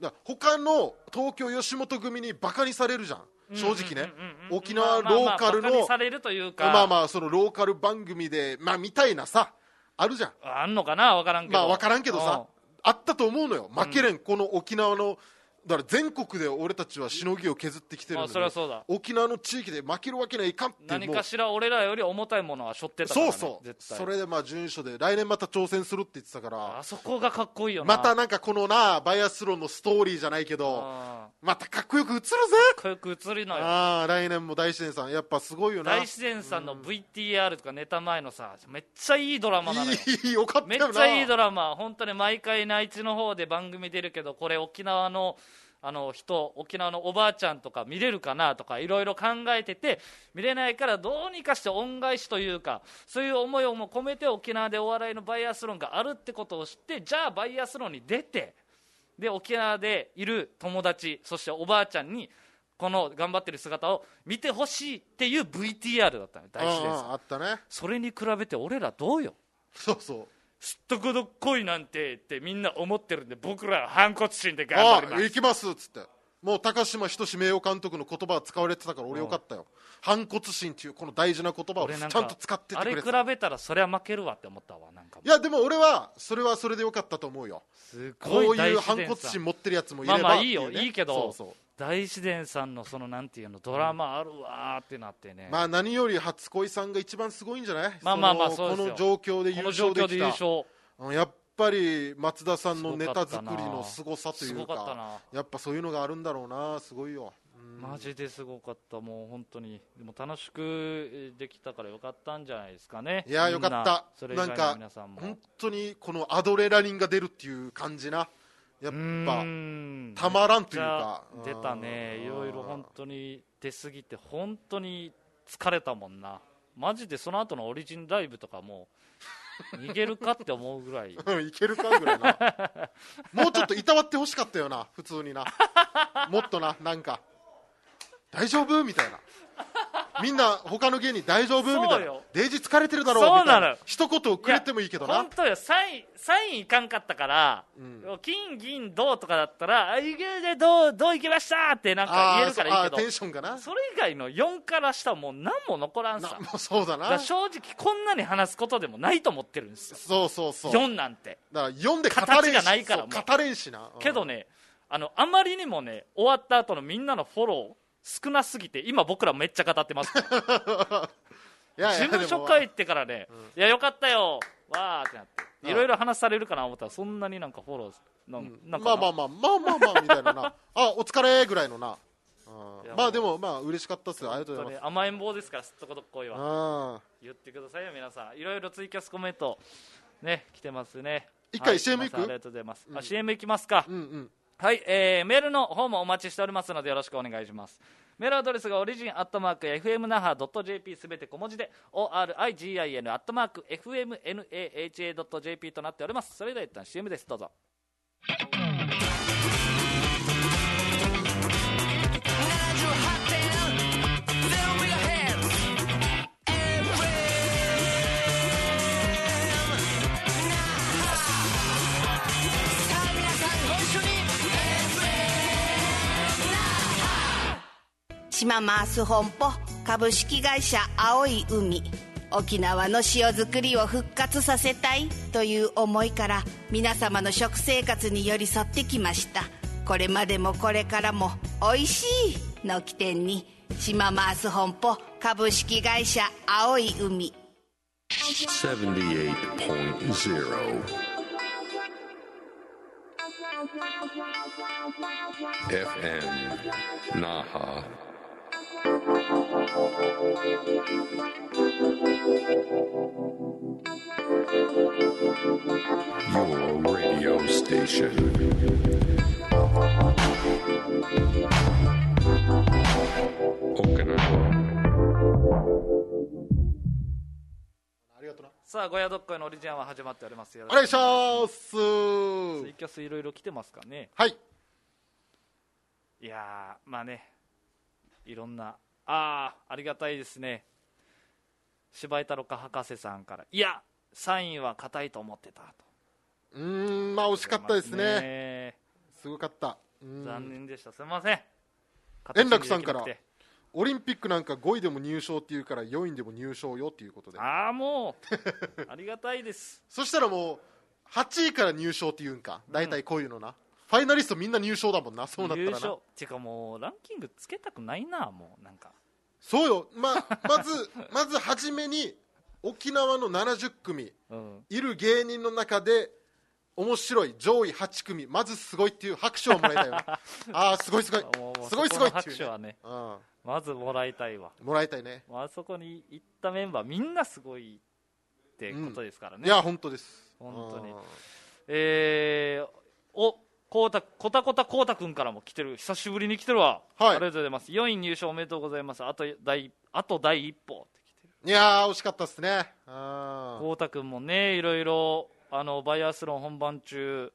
[SPEAKER 2] だ他の東京吉本組にバカにされるじゃん正
[SPEAKER 1] うん
[SPEAKER 2] 直ね
[SPEAKER 1] うんうんうん
[SPEAKER 2] 沖縄ローカル
[SPEAKER 1] まあまあバカに
[SPEAKER 2] の
[SPEAKER 1] されるというか
[SPEAKER 2] まあまあそのローカル番組でまあみたいなさあるじゃん
[SPEAKER 1] あんのかな分からんけど
[SPEAKER 2] まあ分からんけどさあったと思うのよ負けれんこの沖縄のだから全国で俺たちはしのぎを削ってきて
[SPEAKER 1] うんまあ
[SPEAKER 2] るのに
[SPEAKER 1] それはそうだ
[SPEAKER 2] 沖縄の地域で負けるわけにはいかんって
[SPEAKER 1] 何
[SPEAKER 2] もう
[SPEAKER 1] かしら俺らより重たいものは背負ってたから、
[SPEAKER 2] そ
[SPEAKER 1] ね、
[SPEAKER 2] うそう
[SPEAKER 1] 絶対
[SPEAKER 2] それでまあ準優勝で来年また挑戦するって言ってたから
[SPEAKER 1] あそこがかっこいいよな
[SPEAKER 2] またなんかこのなバイアスロンのストーリーじゃないけど
[SPEAKER 1] あ
[SPEAKER 2] またかっこよく映るぜ
[SPEAKER 1] ーかっこよく映るのよ
[SPEAKER 2] ああ来年も大自然さんやっぱすごいよな
[SPEAKER 1] 大自然さんの VTR とかネタ前のさめっちゃいいドラマなのよ
[SPEAKER 2] いいよかった
[SPEAKER 1] めっ
[SPEAKER 2] よな
[SPEAKER 1] ちゃいいドラマ本当に毎回内地の方で番組出るけどこれ沖縄のあの人沖縄のおばあちゃんとか見れるかなとかいろいろ考えてて見れないからどうにかして恩返しというかそういう思いをも込めて沖縄でお笑いのバイアスロンがあるってことを知ってじゃあバイアスロンに出てで沖縄でいる友達そしておばあちゃんにこの頑張ってる姿を見てほしいっていう VTR だったのよ大自然
[SPEAKER 2] う
[SPEAKER 1] さ
[SPEAKER 2] んうんんあったね
[SPEAKER 1] それに比べて俺らどうよ
[SPEAKER 2] そうそう
[SPEAKER 1] すっとこどっこいなんてってみんな思ってるんで僕らは反骨心で頑張
[SPEAKER 2] あ
[SPEAKER 1] りま
[SPEAKER 2] あ
[SPEAKER 1] す
[SPEAKER 2] 行きますっつってもう高島仁名誉監督の言葉を使われてたから俺よかったよ反骨心っていうこの大事な言葉を
[SPEAKER 1] 俺
[SPEAKER 2] ち
[SPEAKER 1] な
[SPEAKER 2] ゃん
[SPEAKER 1] んか
[SPEAKER 2] と使ってっ
[SPEAKER 1] あ
[SPEAKER 2] て
[SPEAKER 1] れ
[SPEAKER 2] く
[SPEAKER 1] 比
[SPEAKER 2] れたい
[SPEAKER 1] べたらそりゃ負けるわって思ったわなんか
[SPEAKER 2] やでも俺はそれはそれでよかったと思うよ
[SPEAKER 1] す
[SPEAKER 2] こ
[SPEAKER 1] ご
[SPEAKER 2] う
[SPEAKER 1] い大
[SPEAKER 2] いう
[SPEAKER 1] 自
[SPEAKER 2] 反
[SPEAKER 1] 然
[SPEAKER 2] 骨
[SPEAKER 1] さん
[SPEAKER 2] 心持ってるやつもいれ
[SPEAKER 1] ま
[SPEAKER 2] ば
[SPEAKER 1] あまあいい
[SPEAKER 2] っ
[SPEAKER 1] よ
[SPEAKER 2] てうね
[SPEAKER 1] いいけど
[SPEAKER 2] そうそう
[SPEAKER 1] 大自然さんのそのなんていうのドラマあるわーってなってね、
[SPEAKER 2] まあ何より初恋さんが一番すごいんじゃない
[SPEAKER 1] まあまあまあ
[SPEAKER 2] の
[SPEAKER 1] そうですよ
[SPEAKER 2] この状況で優
[SPEAKER 1] この状
[SPEAKER 2] 勝で
[SPEAKER 1] 況で
[SPEAKER 2] き
[SPEAKER 1] 優
[SPEAKER 2] た
[SPEAKER 1] 勝
[SPEAKER 2] うんやっぱり松田さんのネタ作りのすごさとい
[SPEAKER 1] す
[SPEAKER 2] う
[SPEAKER 1] ごかった
[SPEAKER 2] か
[SPEAKER 1] な
[SPEAKER 2] やっぱそういうのがあるんだろうなすごいよ、うん
[SPEAKER 1] マジですごかったもう本当にでも楽しくえーできたからよかったんじゃないですかね
[SPEAKER 2] いやー
[SPEAKER 1] みんな
[SPEAKER 2] よかった
[SPEAKER 1] それ以外
[SPEAKER 2] なん
[SPEAKER 1] の
[SPEAKER 2] か
[SPEAKER 1] 皆さんも
[SPEAKER 2] 本当にこのアドレナリンが出るっていう感じなや
[SPEAKER 1] う
[SPEAKER 2] っぱ
[SPEAKER 1] ーん
[SPEAKER 2] たまらんというか
[SPEAKER 1] 出たねいろいろ本当に出すぎて本当に疲れたもんなマジでその後のオリジンライブとかもう逃げるかって思うぐらい
[SPEAKER 2] うんいけるかぐらいな
[SPEAKER 1] [laughs]
[SPEAKER 2] もうちょっといたわってほしかったよな普通になもっとななんか大丈夫みたいなみんな他の芸人大丈夫みた
[SPEAKER 1] そう
[SPEAKER 2] いな
[SPEAKER 1] よ
[SPEAKER 2] デイジ疲れてるだろ
[SPEAKER 1] そうう
[SPEAKER 2] みた
[SPEAKER 1] な
[SPEAKER 2] いな
[SPEAKER 1] の
[SPEAKER 2] 一言くれてもいいけ [laughs] どな
[SPEAKER 1] 本当よサインサインいかんかったから、
[SPEAKER 2] ん
[SPEAKER 1] 金銀銅とかだったら「あいけるでどうどういけました!」ってなんか言えるからいい
[SPEAKER 2] あーそうあーテ
[SPEAKER 1] け
[SPEAKER 2] ンションがな
[SPEAKER 1] どそれ以外の4から下はもう何も残らん
[SPEAKER 2] な
[SPEAKER 1] さ
[SPEAKER 2] もうそうだ
[SPEAKER 1] だ
[SPEAKER 2] な
[SPEAKER 1] から正直こんなに話すことでもないと思ってるんですよ
[SPEAKER 2] そうそうそう
[SPEAKER 1] 4なんて
[SPEAKER 2] だから読んで語れ
[SPEAKER 1] 形
[SPEAKER 2] ん
[SPEAKER 1] が
[SPEAKER 2] し
[SPEAKER 1] ないから
[SPEAKER 2] そう
[SPEAKER 1] もう
[SPEAKER 2] 語れんしな、うん
[SPEAKER 1] けどねあのあまりにもね終わった後のみんなのフォロー少なすぎて今僕らめっちゃ語って
[SPEAKER 2] [laughs]
[SPEAKER 1] ます
[SPEAKER 2] いやいや
[SPEAKER 1] 事務所
[SPEAKER 2] で
[SPEAKER 1] 会行ってからね、いや、よかったよ、わーってなって、
[SPEAKER 2] ん
[SPEAKER 1] いろいろ話されるかな思ったら、そんなになんかフォロー、なん
[SPEAKER 2] も
[SPEAKER 1] なん
[SPEAKER 2] ま
[SPEAKER 1] か
[SPEAKER 2] あまあまあまあまあまあみたいななあお疲れぐらいのな、うん
[SPEAKER 1] いや
[SPEAKER 2] まあでもまあ嬉しかったっすよありがとう
[SPEAKER 1] 本
[SPEAKER 2] ご
[SPEAKER 1] 当
[SPEAKER 2] ざい
[SPEAKER 1] に甘えん坊ですから、すっとこどっこいは。
[SPEAKER 2] ます
[SPEAKER 1] 言ってくださいよ、皆さん。いろいろツイキャスコメント、ね、来てますね。
[SPEAKER 2] 一回
[SPEAKER 1] はい
[SPEAKER 2] CM 行く
[SPEAKER 1] 皆さんありがとうございます。あ CM 行きますか。
[SPEAKER 2] うんうんうん
[SPEAKER 1] はい、えーメールの方もお待ちしておりますのでよろしくお願いしますメールアドレスがオリジンアットマーク FMNAHA.jp すべて小文字で ORIGIN アットマーク FMNAHA.jp となっておりますそれでは一旦 CM ですどうぞ
[SPEAKER 3] 島マース本舗株式会社青い海沖縄の塩作りを復活させたいという思いから皆様の食生活に寄り添ってきましたこれまでもこれからも「おいしい」の起点に島マース本舗株式会社青い海
[SPEAKER 4] 78.0 FM Naha. your radio station. Okinawa.
[SPEAKER 2] ありがとうな
[SPEAKER 1] さあゴヤドッコイのオリジンは始まっておりますよろ
[SPEAKER 2] お願いし
[SPEAKER 1] く
[SPEAKER 2] ます
[SPEAKER 1] ツイキャスいろいろ来てますかね
[SPEAKER 2] はい
[SPEAKER 1] いやーまあねいろんなああありがたいですね柴井太郎か博士さんからいやサインは硬いと思ってたと
[SPEAKER 2] うーんまあ惜しかったですね
[SPEAKER 1] ね
[SPEAKER 2] すごかったうん
[SPEAKER 1] 残念でしたすみません
[SPEAKER 2] 円楽さんから
[SPEAKER 1] 形にでき
[SPEAKER 2] オリンピックなんか5位でも入賞っていうから4位でも入賞よっていうことで
[SPEAKER 1] なくてああもうありがたいです
[SPEAKER 2] そしたらもう8位から入賞っていうんか大体こういうのな、ファイナリストみんな入賞だもんな [laughs] そうなった
[SPEAKER 1] 優
[SPEAKER 2] らな
[SPEAKER 1] 勝てかもうランキングつけたくないなもうなんか
[SPEAKER 2] そうよ、まあ、まずまず初めに沖縄の70組
[SPEAKER 1] うん
[SPEAKER 2] いる芸人の中で面白い上位8組まずすごいっていう拍手をもらいた
[SPEAKER 1] [laughs]
[SPEAKER 2] いよねああすごいすごい
[SPEAKER 1] もう
[SPEAKER 2] すごいすごい
[SPEAKER 1] そこの
[SPEAKER 2] っていう、
[SPEAKER 1] 拍手はね
[SPEAKER 2] う
[SPEAKER 1] まずもらいたいわ
[SPEAKER 2] ん、もらいたいね
[SPEAKER 1] もうあそこに行ったメンバーみんなすごいってことですからね、
[SPEAKER 2] いや本当です
[SPEAKER 1] 本当に
[SPEAKER 2] うん
[SPEAKER 1] えー、おこうたこたこたこうたくんからも来てる久しぶりに来てるわ、
[SPEAKER 2] は
[SPEAKER 1] あ
[SPEAKER 2] い
[SPEAKER 1] りがとうございます4位入賞おめでとうございますあと第あと第一歩って来てる
[SPEAKER 2] いやー惜しかったですねうん
[SPEAKER 1] こうたくんもねいろいろあのバイアスロン本番中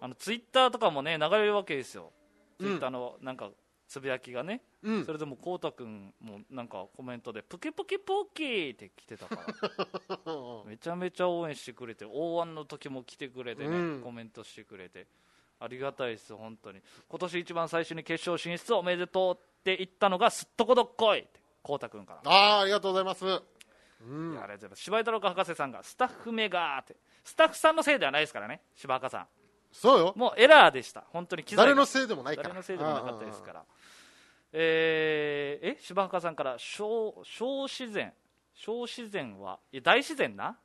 [SPEAKER 1] あのツイッターとかもね流れるわけですよツイッターのなんかつぶやきがね、
[SPEAKER 2] うん
[SPEAKER 1] それでもこうたくんもなんかコメントで「プケプケポーキー」って来てたから
[SPEAKER 2] [laughs]
[SPEAKER 1] めちゃめちゃ応援してくれて O1 の時も来てくれてね、
[SPEAKER 2] うん
[SPEAKER 1] コメントしてくれてありがたいです本当に今年一番最初に決勝進出おめでとうって言ったのがすっとこどっこいってこうたくんから、
[SPEAKER 2] あーありがとうございます
[SPEAKER 1] いやありがとうございます柴井太郎か博士さんがスタッフ目がーってスタッフさんのせいではないですからね柴博さ
[SPEAKER 2] そうよ
[SPEAKER 1] んもうエラーでした本当に機材が
[SPEAKER 2] 誰のせいでもないから
[SPEAKER 1] 誰のせいでもなかったですからえーえ柴博さんから小小自然小自然はいや大自然な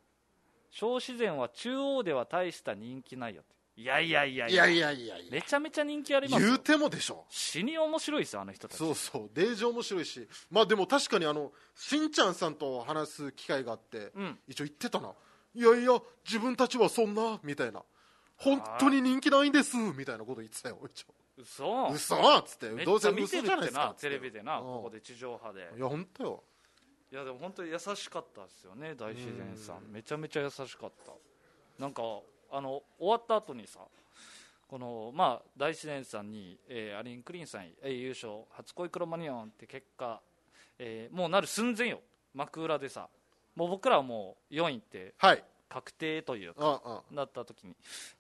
[SPEAKER 1] 小自然は中央では大した人気ないよっていやいやいや
[SPEAKER 2] いやいやいやいや
[SPEAKER 1] めちゃめちゃ人気あります
[SPEAKER 2] 言う
[SPEAKER 1] よ
[SPEAKER 2] てもでしょ
[SPEAKER 1] 死に面白いですよあの人たち
[SPEAKER 2] そうそうデージ面白いしまあでも確かにあのしんちゃんさんと話す機会があって、
[SPEAKER 1] ん
[SPEAKER 2] 一応言ってたないやいや自分たちはそんなみたいな本当に人気ないんですみたいなこと言ってたよ一
[SPEAKER 1] 嘘
[SPEAKER 2] 応嘘っつって
[SPEAKER 1] めっ
[SPEAKER 2] どう
[SPEAKER 1] ち
[SPEAKER 2] せ
[SPEAKER 1] ゃ見て
[SPEAKER 2] 嘘
[SPEAKER 1] る
[SPEAKER 2] じゃ
[SPEAKER 1] っ
[SPEAKER 2] な
[SPEAKER 1] て
[SPEAKER 2] いですか
[SPEAKER 1] なテレビでな
[SPEAKER 2] うん
[SPEAKER 1] ここで地上波で
[SPEAKER 2] いや本当よ
[SPEAKER 1] いやでも本当に優しかったですよね大自然さんめちゃめちゃ優しかったなんかあの終わった後にさこのまあ大自然さんに、えーアリン・クリンさんへ、えー優勝初恋クロマニオンって結果、えーもうなる寸前よ幕裏でさもう僕らはもう4位って
[SPEAKER 2] はい
[SPEAKER 1] 確定というか
[SPEAKER 2] ああ
[SPEAKER 1] なった時に、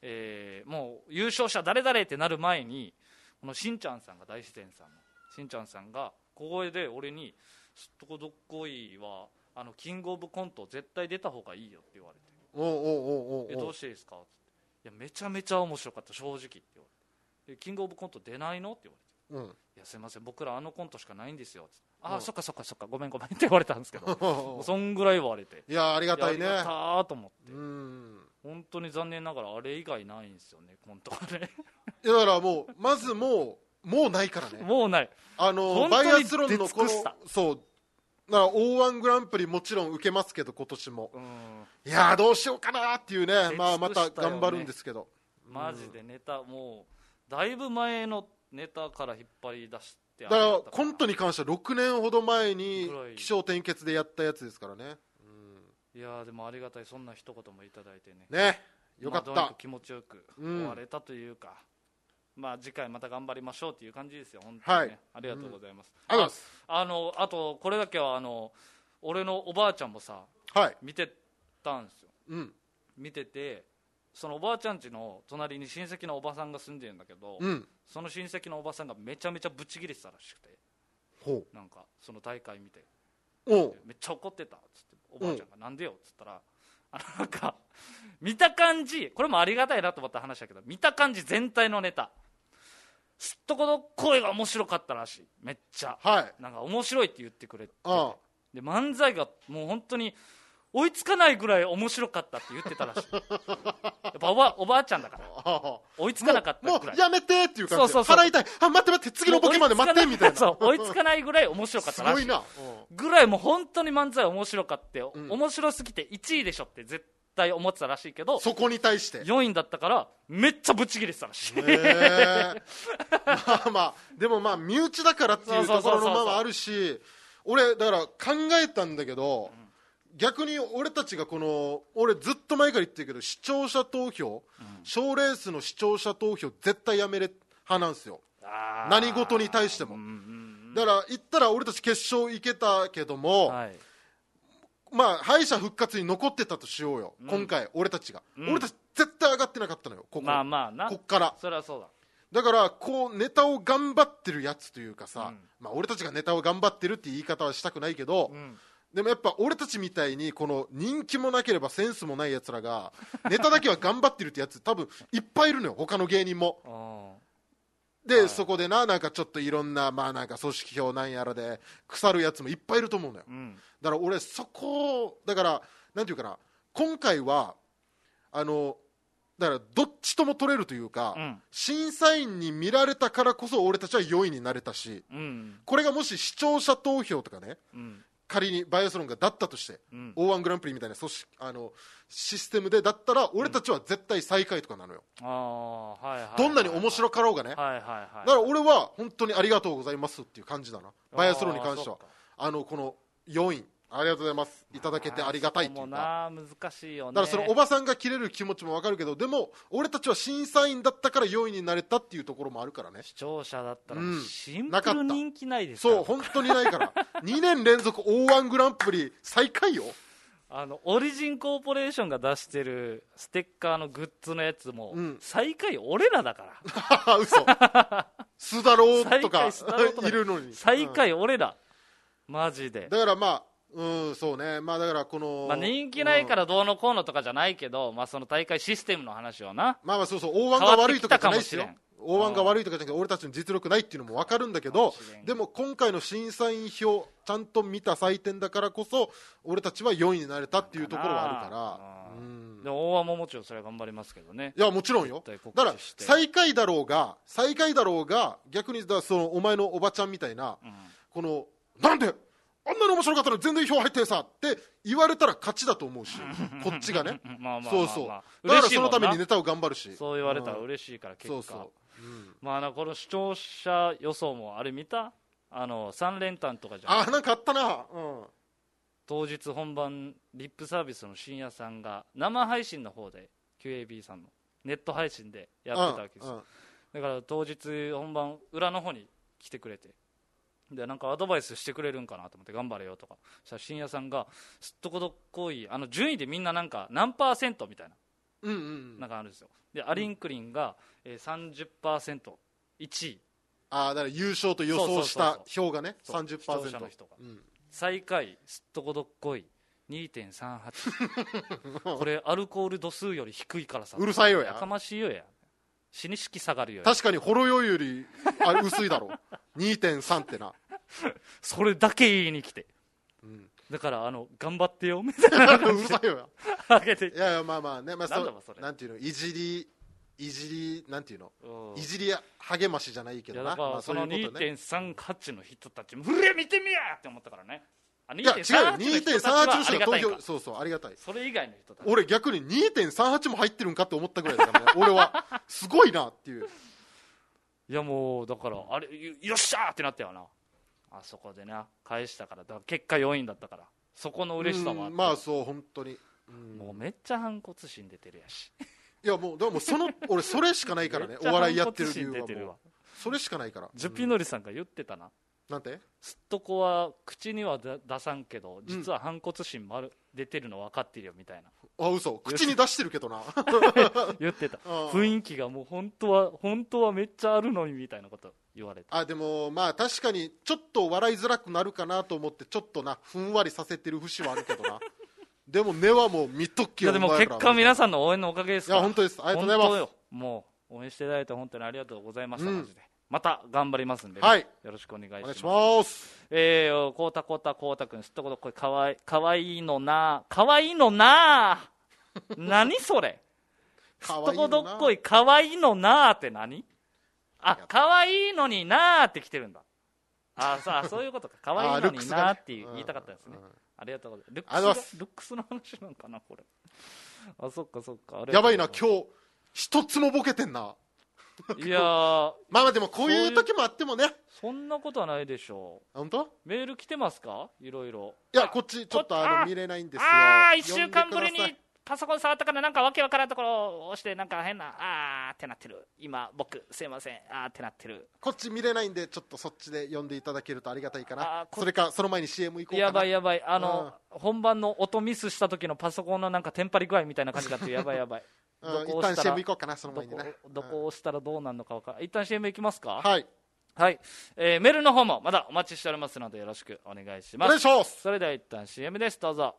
[SPEAKER 1] えーもう優勝者誰々ってなる前にこのしんちゃんさんが大自然さんのしんちゃんさんが小声で俺に「すっとこどっこいはあのキングオブコント絶対出た方がいいよ」って言われて
[SPEAKER 2] おうお
[SPEAKER 1] 「
[SPEAKER 2] うお
[SPEAKER 1] え
[SPEAKER 2] うお
[SPEAKER 1] ど
[SPEAKER 2] うお
[SPEAKER 1] う
[SPEAKER 2] う
[SPEAKER 1] してですか?」って言っていやめちゃめちゃ面白かった正直」って言われてで「キングオブコント出ないの?」って言われて
[SPEAKER 2] うん [laughs]
[SPEAKER 1] 「いやすいません僕らあのコントしかないんですよ」って「ああそっかそっかそっかごめんごめん」って言われたんですけどもうそんぐらい言われて
[SPEAKER 2] いやありがたい
[SPEAKER 1] い
[SPEAKER 2] ね
[SPEAKER 1] やありがたーと思って
[SPEAKER 2] うん
[SPEAKER 1] 本当に残念ながらあれ以外ないんですよねコントはね [laughs]
[SPEAKER 2] いやだからもうまずもうもうないからね
[SPEAKER 1] もうない
[SPEAKER 2] あの
[SPEAKER 1] 本当
[SPEAKER 2] バ
[SPEAKER 1] に
[SPEAKER 2] イアスロンのこ
[SPEAKER 1] 出尽
[SPEAKER 2] の
[SPEAKER 1] くした
[SPEAKER 2] そうだから O1 グランプリもちろん受けますけど今年も
[SPEAKER 1] うん
[SPEAKER 2] いやーどうしようかなっていうね
[SPEAKER 1] 出尽くしたよね
[SPEAKER 2] まあまた頑張るんですけど
[SPEAKER 1] マジでネタもうだいぶ前のネタから引っ張り出して
[SPEAKER 2] だからコント
[SPEAKER 1] に
[SPEAKER 2] に関しては6年ほど前に
[SPEAKER 1] ぐらい
[SPEAKER 2] 気象転結でやったやつですからね
[SPEAKER 1] いやーでもありがたいそんな一言もいただいてね
[SPEAKER 2] ねよかっ
[SPEAKER 1] まあどうに
[SPEAKER 2] た
[SPEAKER 1] 気持ちよく
[SPEAKER 2] うん
[SPEAKER 1] 終われたというか、まあ次回また頑張りましょうっていう感じですよ本当にね、
[SPEAKER 2] はい
[SPEAKER 1] ありがとうございます、
[SPEAKER 2] ありがとうございます
[SPEAKER 1] あのあとこれだけはあの俺のおばあちゃんもさ
[SPEAKER 2] はい
[SPEAKER 1] 見てたんですよ
[SPEAKER 2] うん
[SPEAKER 1] 見ててそのおばあちゃん家の隣に親戚のおばさんが住んでるんだけど、
[SPEAKER 2] うん
[SPEAKER 1] その親戚のおばさんがめちゃめちゃブチギレてたらしくて
[SPEAKER 2] ほ
[SPEAKER 1] なんかその大会見て
[SPEAKER 2] うおう
[SPEAKER 1] めっちゃ怒ってたっつっておばあちゃんが「なんでよ」っつったらあのなんか見た感じこれもありがたいなと思った話だけど見た感じ全体のネタすっとこの声が面白かったらしいめっちゃ
[SPEAKER 2] はい
[SPEAKER 1] なんか面白いって言ってくれて
[SPEAKER 2] あ
[SPEAKER 1] で漫才がもう本当に追いつかないぐらい面白かったって言ってたら
[SPEAKER 2] [laughs]
[SPEAKER 1] しいやっぱおばおばあちゃんだから
[SPEAKER 2] ああ
[SPEAKER 1] 追いつ
[SPEAKER 2] も
[SPEAKER 1] かなかっ
[SPEAKER 2] うも
[SPEAKER 1] たぐらいう
[SPEAKER 2] やめてっていう感じで
[SPEAKER 1] そうそうそう
[SPEAKER 2] 払いたいあ待って待って次のボケまで待ってみたいな
[SPEAKER 1] そう追いつかないぐらい面白かっ
[SPEAKER 2] す
[SPEAKER 1] たら
[SPEAKER 2] ご
[SPEAKER 1] し
[SPEAKER 2] い
[SPEAKER 1] い
[SPEAKER 2] な
[SPEAKER 1] ぐらいもう本当に漫才面白かって、
[SPEAKER 2] ん
[SPEAKER 1] 面白すぎて1位でしょって絶対思ってたらしいけど
[SPEAKER 2] そこに対して
[SPEAKER 1] 4位だったからめっちゃブチギレてたらしい、
[SPEAKER 2] へえまあまあでもまあ身内だからっていうところのままあるし俺だから考えたんだけど、逆に俺たちがこの俺ずっと前から言ってるけど視聴者投票賞、レースの視聴者投票絶対やめれ派なんですよ
[SPEAKER 1] [laughs] あー
[SPEAKER 2] 何事に対しても、だから言ったら俺たち決勝行けたけども、
[SPEAKER 1] はい、
[SPEAKER 2] まあ敗者復活に残ってたとしようよ、今回俺たちが、俺たち絶対上がってなかったのよここ、
[SPEAKER 1] まあまあな
[SPEAKER 2] こっから
[SPEAKER 1] それはそうだ
[SPEAKER 2] だからこうネタを頑張ってるやつというか
[SPEAKER 1] う
[SPEAKER 2] さ、
[SPEAKER 1] ん
[SPEAKER 2] まあ、俺たちがネタを頑張ってるって言い方はしたくないけど、
[SPEAKER 1] ん
[SPEAKER 2] でもやっぱ俺たちみたいにこの人気もなければセンスもないやつら
[SPEAKER 1] [laughs]
[SPEAKER 2] がネタだけは頑張ってるってやつ多分いっぱいいるのよ他の芸人
[SPEAKER 1] う
[SPEAKER 2] も
[SPEAKER 1] ん
[SPEAKER 2] で、そこでななんかちょっといろんなまあなんか組織票なんやらで腐るやつもいっぱいいると思うのよ、
[SPEAKER 1] うん
[SPEAKER 2] だから俺そこをだからなんていうかな今回はあのだからどっちとも取れるというか、
[SPEAKER 1] うん
[SPEAKER 2] 審査員に見られたからこそ俺たちは4位になれたし
[SPEAKER 1] うん
[SPEAKER 2] これがもし視聴者投票とかね
[SPEAKER 1] うん
[SPEAKER 2] 仮にバイアスロンがだったとして、
[SPEAKER 1] うん
[SPEAKER 2] O−1 グランプリみたいな組織あのシステムでだったら俺たちは絶対最下位とかなのよ、
[SPEAKER 1] ああーはいはい
[SPEAKER 2] どんなに面白かろうがね、
[SPEAKER 1] はいはいはい
[SPEAKER 2] だから俺は本当にありがとうございますっていう感じだなバイアスロンに関しては
[SPEAKER 1] あーそっか
[SPEAKER 2] あのこの4位ありがとうございますいただけてありがたいっていう
[SPEAKER 1] そこ
[SPEAKER 2] か
[SPEAKER 1] もな難しいよね
[SPEAKER 2] だからそのおばさんが切れる気持ちもわかるけどでも俺たちは審査員だったから4位になれたっていうところもあるからね
[SPEAKER 1] 視聴者だったら
[SPEAKER 2] うん
[SPEAKER 1] シン
[SPEAKER 2] な
[SPEAKER 1] プ
[SPEAKER 2] かった
[SPEAKER 1] ル人気ないですから
[SPEAKER 2] そう本当にない
[SPEAKER 1] [laughs]
[SPEAKER 2] から2年連続 O−1 グランプリ最下位よ [laughs]
[SPEAKER 1] あのオリジンコーポレーションが出してるステッカーのグッズのやつも、
[SPEAKER 2] うん
[SPEAKER 1] 最下位俺らだか
[SPEAKER 2] はは
[SPEAKER 1] [laughs]
[SPEAKER 2] 嘘スダロー
[SPEAKER 1] ら
[SPEAKER 2] とか
[SPEAKER 1] 最下位スタローとか
[SPEAKER 2] いるのに
[SPEAKER 1] 最下
[SPEAKER 2] 位、
[SPEAKER 1] 位俺ら、マジで
[SPEAKER 2] うん、だからまあうんそうねまあだからこの、、
[SPEAKER 1] まあ、人気ないかららどうのこうのとかじゃないけど、まあ、その大会システムの話はな
[SPEAKER 2] まあまあそうそう O−1 が悪いとかじゃないですよ
[SPEAKER 1] 変わってき
[SPEAKER 2] O−1 が悪いとかじゃなくて俺たちの実力ないっていうのもわかるんだけど
[SPEAKER 1] かもしれん
[SPEAKER 2] でも今回の審査員票ちゃんと見た採点だからこそ俺たちは4位になれたっていうところはあるから
[SPEAKER 1] う
[SPEAKER 2] うん
[SPEAKER 1] でも大和ももちろんそれは頑張りますけどね
[SPEAKER 2] いやもちろんよ
[SPEAKER 1] 絶対告知
[SPEAKER 2] だから
[SPEAKER 1] して
[SPEAKER 2] 最下位だろうが最下位だろうが逆にだからそのお前のおばちゃんみたいな、このなんであんなに面白かったのに全然票入ってさって言われたら勝ちだと思
[SPEAKER 1] [laughs]
[SPEAKER 2] うしこっちがね
[SPEAKER 1] まあまあまあまあ
[SPEAKER 2] そうそうだから
[SPEAKER 1] 嬉しい
[SPEAKER 2] そ
[SPEAKER 1] もんな
[SPEAKER 2] のためにネタを頑張るし
[SPEAKER 1] そう言われたら
[SPEAKER 2] うん
[SPEAKER 1] 嬉しいから結果、
[SPEAKER 2] そうそ
[SPEAKER 1] まあなこの視聴者予想もあれ見たあの3連単とかじゃん
[SPEAKER 2] あーなんかあったなうん
[SPEAKER 1] 当日本番リップサービスの深夜さんが生配信の方で QAB さんのネット配信でやってたわけです
[SPEAKER 2] うん
[SPEAKER 1] だから当日本番裏の方に来てくれてでなんかアドバイスしてくれるんかなと思って頑張れよとかそしたら深夜さんがすっとこどっこいあの順位でみんななんか何パーセントみたいな
[SPEAKER 2] うんうん
[SPEAKER 1] なんかあるんですよでアリンクリンが、えー、30%1 位
[SPEAKER 2] ああだから優勝と予想した票がね
[SPEAKER 1] そうそう
[SPEAKER 2] 30%
[SPEAKER 1] そうそう視聴者の人が
[SPEAKER 2] うん、
[SPEAKER 1] 最下位すっとこどっこい2.38
[SPEAKER 2] [laughs]
[SPEAKER 1] これアルコール度数より低いからさ
[SPEAKER 2] うるさいよ
[SPEAKER 1] や
[SPEAKER 2] や
[SPEAKER 1] かましいよや死にしき下がるよや
[SPEAKER 2] 確かにほろ酔いよりあれ薄いだろ2.3って
[SPEAKER 1] [laughs]
[SPEAKER 2] な
[SPEAKER 1] それだけ言いに来て、
[SPEAKER 2] ん
[SPEAKER 1] だからあの頑張ってよみたいな
[SPEAKER 2] うるさいよや
[SPEAKER 1] あげて
[SPEAKER 2] いやいやまあまあね、まあ、
[SPEAKER 1] なんだろうそれ
[SPEAKER 2] なんていうのいじりいじりなんていうの
[SPEAKER 1] うん
[SPEAKER 2] いじり励ましじゃないけ
[SPEAKER 1] い
[SPEAKER 2] ど
[SPEAKER 1] や
[SPEAKER 2] な
[SPEAKER 1] だから、
[SPEAKER 2] まあ、
[SPEAKER 1] そ
[SPEAKER 2] い
[SPEAKER 1] の
[SPEAKER 2] うことね
[SPEAKER 1] 2.38の人たちも「うれ見てみや!」って思ったからねあ
[SPEAKER 2] いや違うよ
[SPEAKER 1] 2.38の人
[SPEAKER 2] 2.38
[SPEAKER 1] たちはありが
[SPEAKER 2] の投
[SPEAKER 1] たいん
[SPEAKER 2] 票
[SPEAKER 1] か
[SPEAKER 2] そうそうありがたい
[SPEAKER 1] それ以外の人たち
[SPEAKER 2] 俺逆に2.38も入ってるんかって思ったぐらいだからね俺はすごいなっていう
[SPEAKER 1] いやもうだからあれよよっしゃーってなったよなあそこでな返したからだから結果4位だったからそこの嬉しさもあっ
[SPEAKER 2] う
[SPEAKER 1] て
[SPEAKER 2] んまあそう本当にうん
[SPEAKER 1] もうめっちゃ反骨心出てるやし
[SPEAKER 2] いやもうでもその俺それしかないから
[SPEAKER 1] めっ
[SPEAKER 2] ねお
[SPEAKER 1] ちゃ
[SPEAKER 2] 笑いやってる理
[SPEAKER 1] 反骨
[SPEAKER 2] 由
[SPEAKER 1] 心
[SPEAKER 2] はも
[SPEAKER 1] 出てる
[SPEAKER 2] う
[SPEAKER 1] わ
[SPEAKER 2] それしかないから
[SPEAKER 1] ジュピノリさんが言ってたな
[SPEAKER 2] なんて
[SPEAKER 1] すっとこは口には出出さんけど実は反骨心丸出てるの分かってるよみたい
[SPEAKER 2] [laughs]
[SPEAKER 1] な
[SPEAKER 2] あ嘘口に出してるけどな
[SPEAKER 1] 言ってた
[SPEAKER 2] うん
[SPEAKER 1] 雰囲気がもう本当は本当はめっちゃあるのにみたいなこと言われて
[SPEAKER 2] あでもまあ確かにちょっと笑いづらくなるかなと思ってちょっとなふんわりさせてる節はあるけど
[SPEAKER 1] [laughs]
[SPEAKER 2] なでも根はもう見とっ
[SPEAKER 1] い
[SPEAKER 2] き
[SPEAKER 1] やでも結果
[SPEAKER 2] 見
[SPEAKER 1] 皆さんの応援のおかげです
[SPEAKER 2] い
[SPEAKER 1] から
[SPEAKER 2] や本当ですありがとうございます
[SPEAKER 1] 本よもう応援していただいて本当にありがとうございました、
[SPEAKER 2] うん
[SPEAKER 1] マジでまた頑張りますんで、
[SPEAKER 2] はい
[SPEAKER 1] よろしくお願いし
[SPEAKER 2] お
[SPEAKER 1] ま
[SPEAKER 2] 願い
[SPEAKER 1] す
[SPEAKER 2] します
[SPEAKER 1] えー、こうたこうたこうたくんすっとこどっこいかわいかわいいのなかわいいのな何それすっ
[SPEAKER 2] [laughs] か
[SPEAKER 1] とこどっこ
[SPEAKER 2] い
[SPEAKER 1] いかわいいのなーって何あかわいいのになーって来てるんだあさあ
[SPEAKER 2] [laughs]
[SPEAKER 1] そういうことかかわいいのになーっていう言いたかったんですね、ありがとうございますルックス
[SPEAKER 2] ありがとうございます
[SPEAKER 1] ルックスの話なんかなこれあそっかそっかありが
[SPEAKER 2] や
[SPEAKER 1] と
[SPEAKER 2] ば
[SPEAKER 1] う
[SPEAKER 2] い
[SPEAKER 1] ござ
[SPEAKER 2] な
[SPEAKER 1] ます
[SPEAKER 2] 今日一つもボケてんない
[SPEAKER 1] やー
[SPEAKER 2] まあまあでもこういう時もあってもね
[SPEAKER 1] そんなことはないでしょ
[SPEAKER 2] 本当
[SPEAKER 1] うメール来てますかいろいろ
[SPEAKER 2] いやこっちちょっとあ
[SPEAKER 1] あ
[SPEAKER 2] の見れないんですよ
[SPEAKER 1] ああ1週間ぶり
[SPEAKER 2] 呼んでくださ
[SPEAKER 1] に
[SPEAKER 2] い
[SPEAKER 1] パソコン触ったからなんかわけわからんところを押してなんか変なあーってなってる今僕すいませんあーってなってる
[SPEAKER 2] こっち見れないんでちょっとそっちで呼んでいただけるとありがたいか
[SPEAKER 1] あ
[SPEAKER 2] な
[SPEAKER 1] こ
[SPEAKER 2] それかその前に CM 行こうかな
[SPEAKER 1] やばいやばいあの本番の音ミスした時のパソコンのなんかテンパり具合みたいな感じだってやばいやばい
[SPEAKER 2] [laughs] うん
[SPEAKER 1] どこ
[SPEAKER 2] 一
[SPEAKER 1] 押
[SPEAKER 2] 旦
[SPEAKER 1] したら
[SPEAKER 2] CM 行こうかなそ
[SPEAKER 1] ど
[SPEAKER 2] の前に
[SPEAKER 1] こ
[SPEAKER 2] ね
[SPEAKER 1] どこ押したらどうなるのかわからん一旦 CM いきますか
[SPEAKER 2] はい
[SPEAKER 1] はい、えーメールの方もまだお待ちしておりますのでよろしくお願いし
[SPEAKER 2] お
[SPEAKER 1] ま
[SPEAKER 2] 願い
[SPEAKER 1] す
[SPEAKER 2] します
[SPEAKER 1] それでは一旦 CM ですどうぞ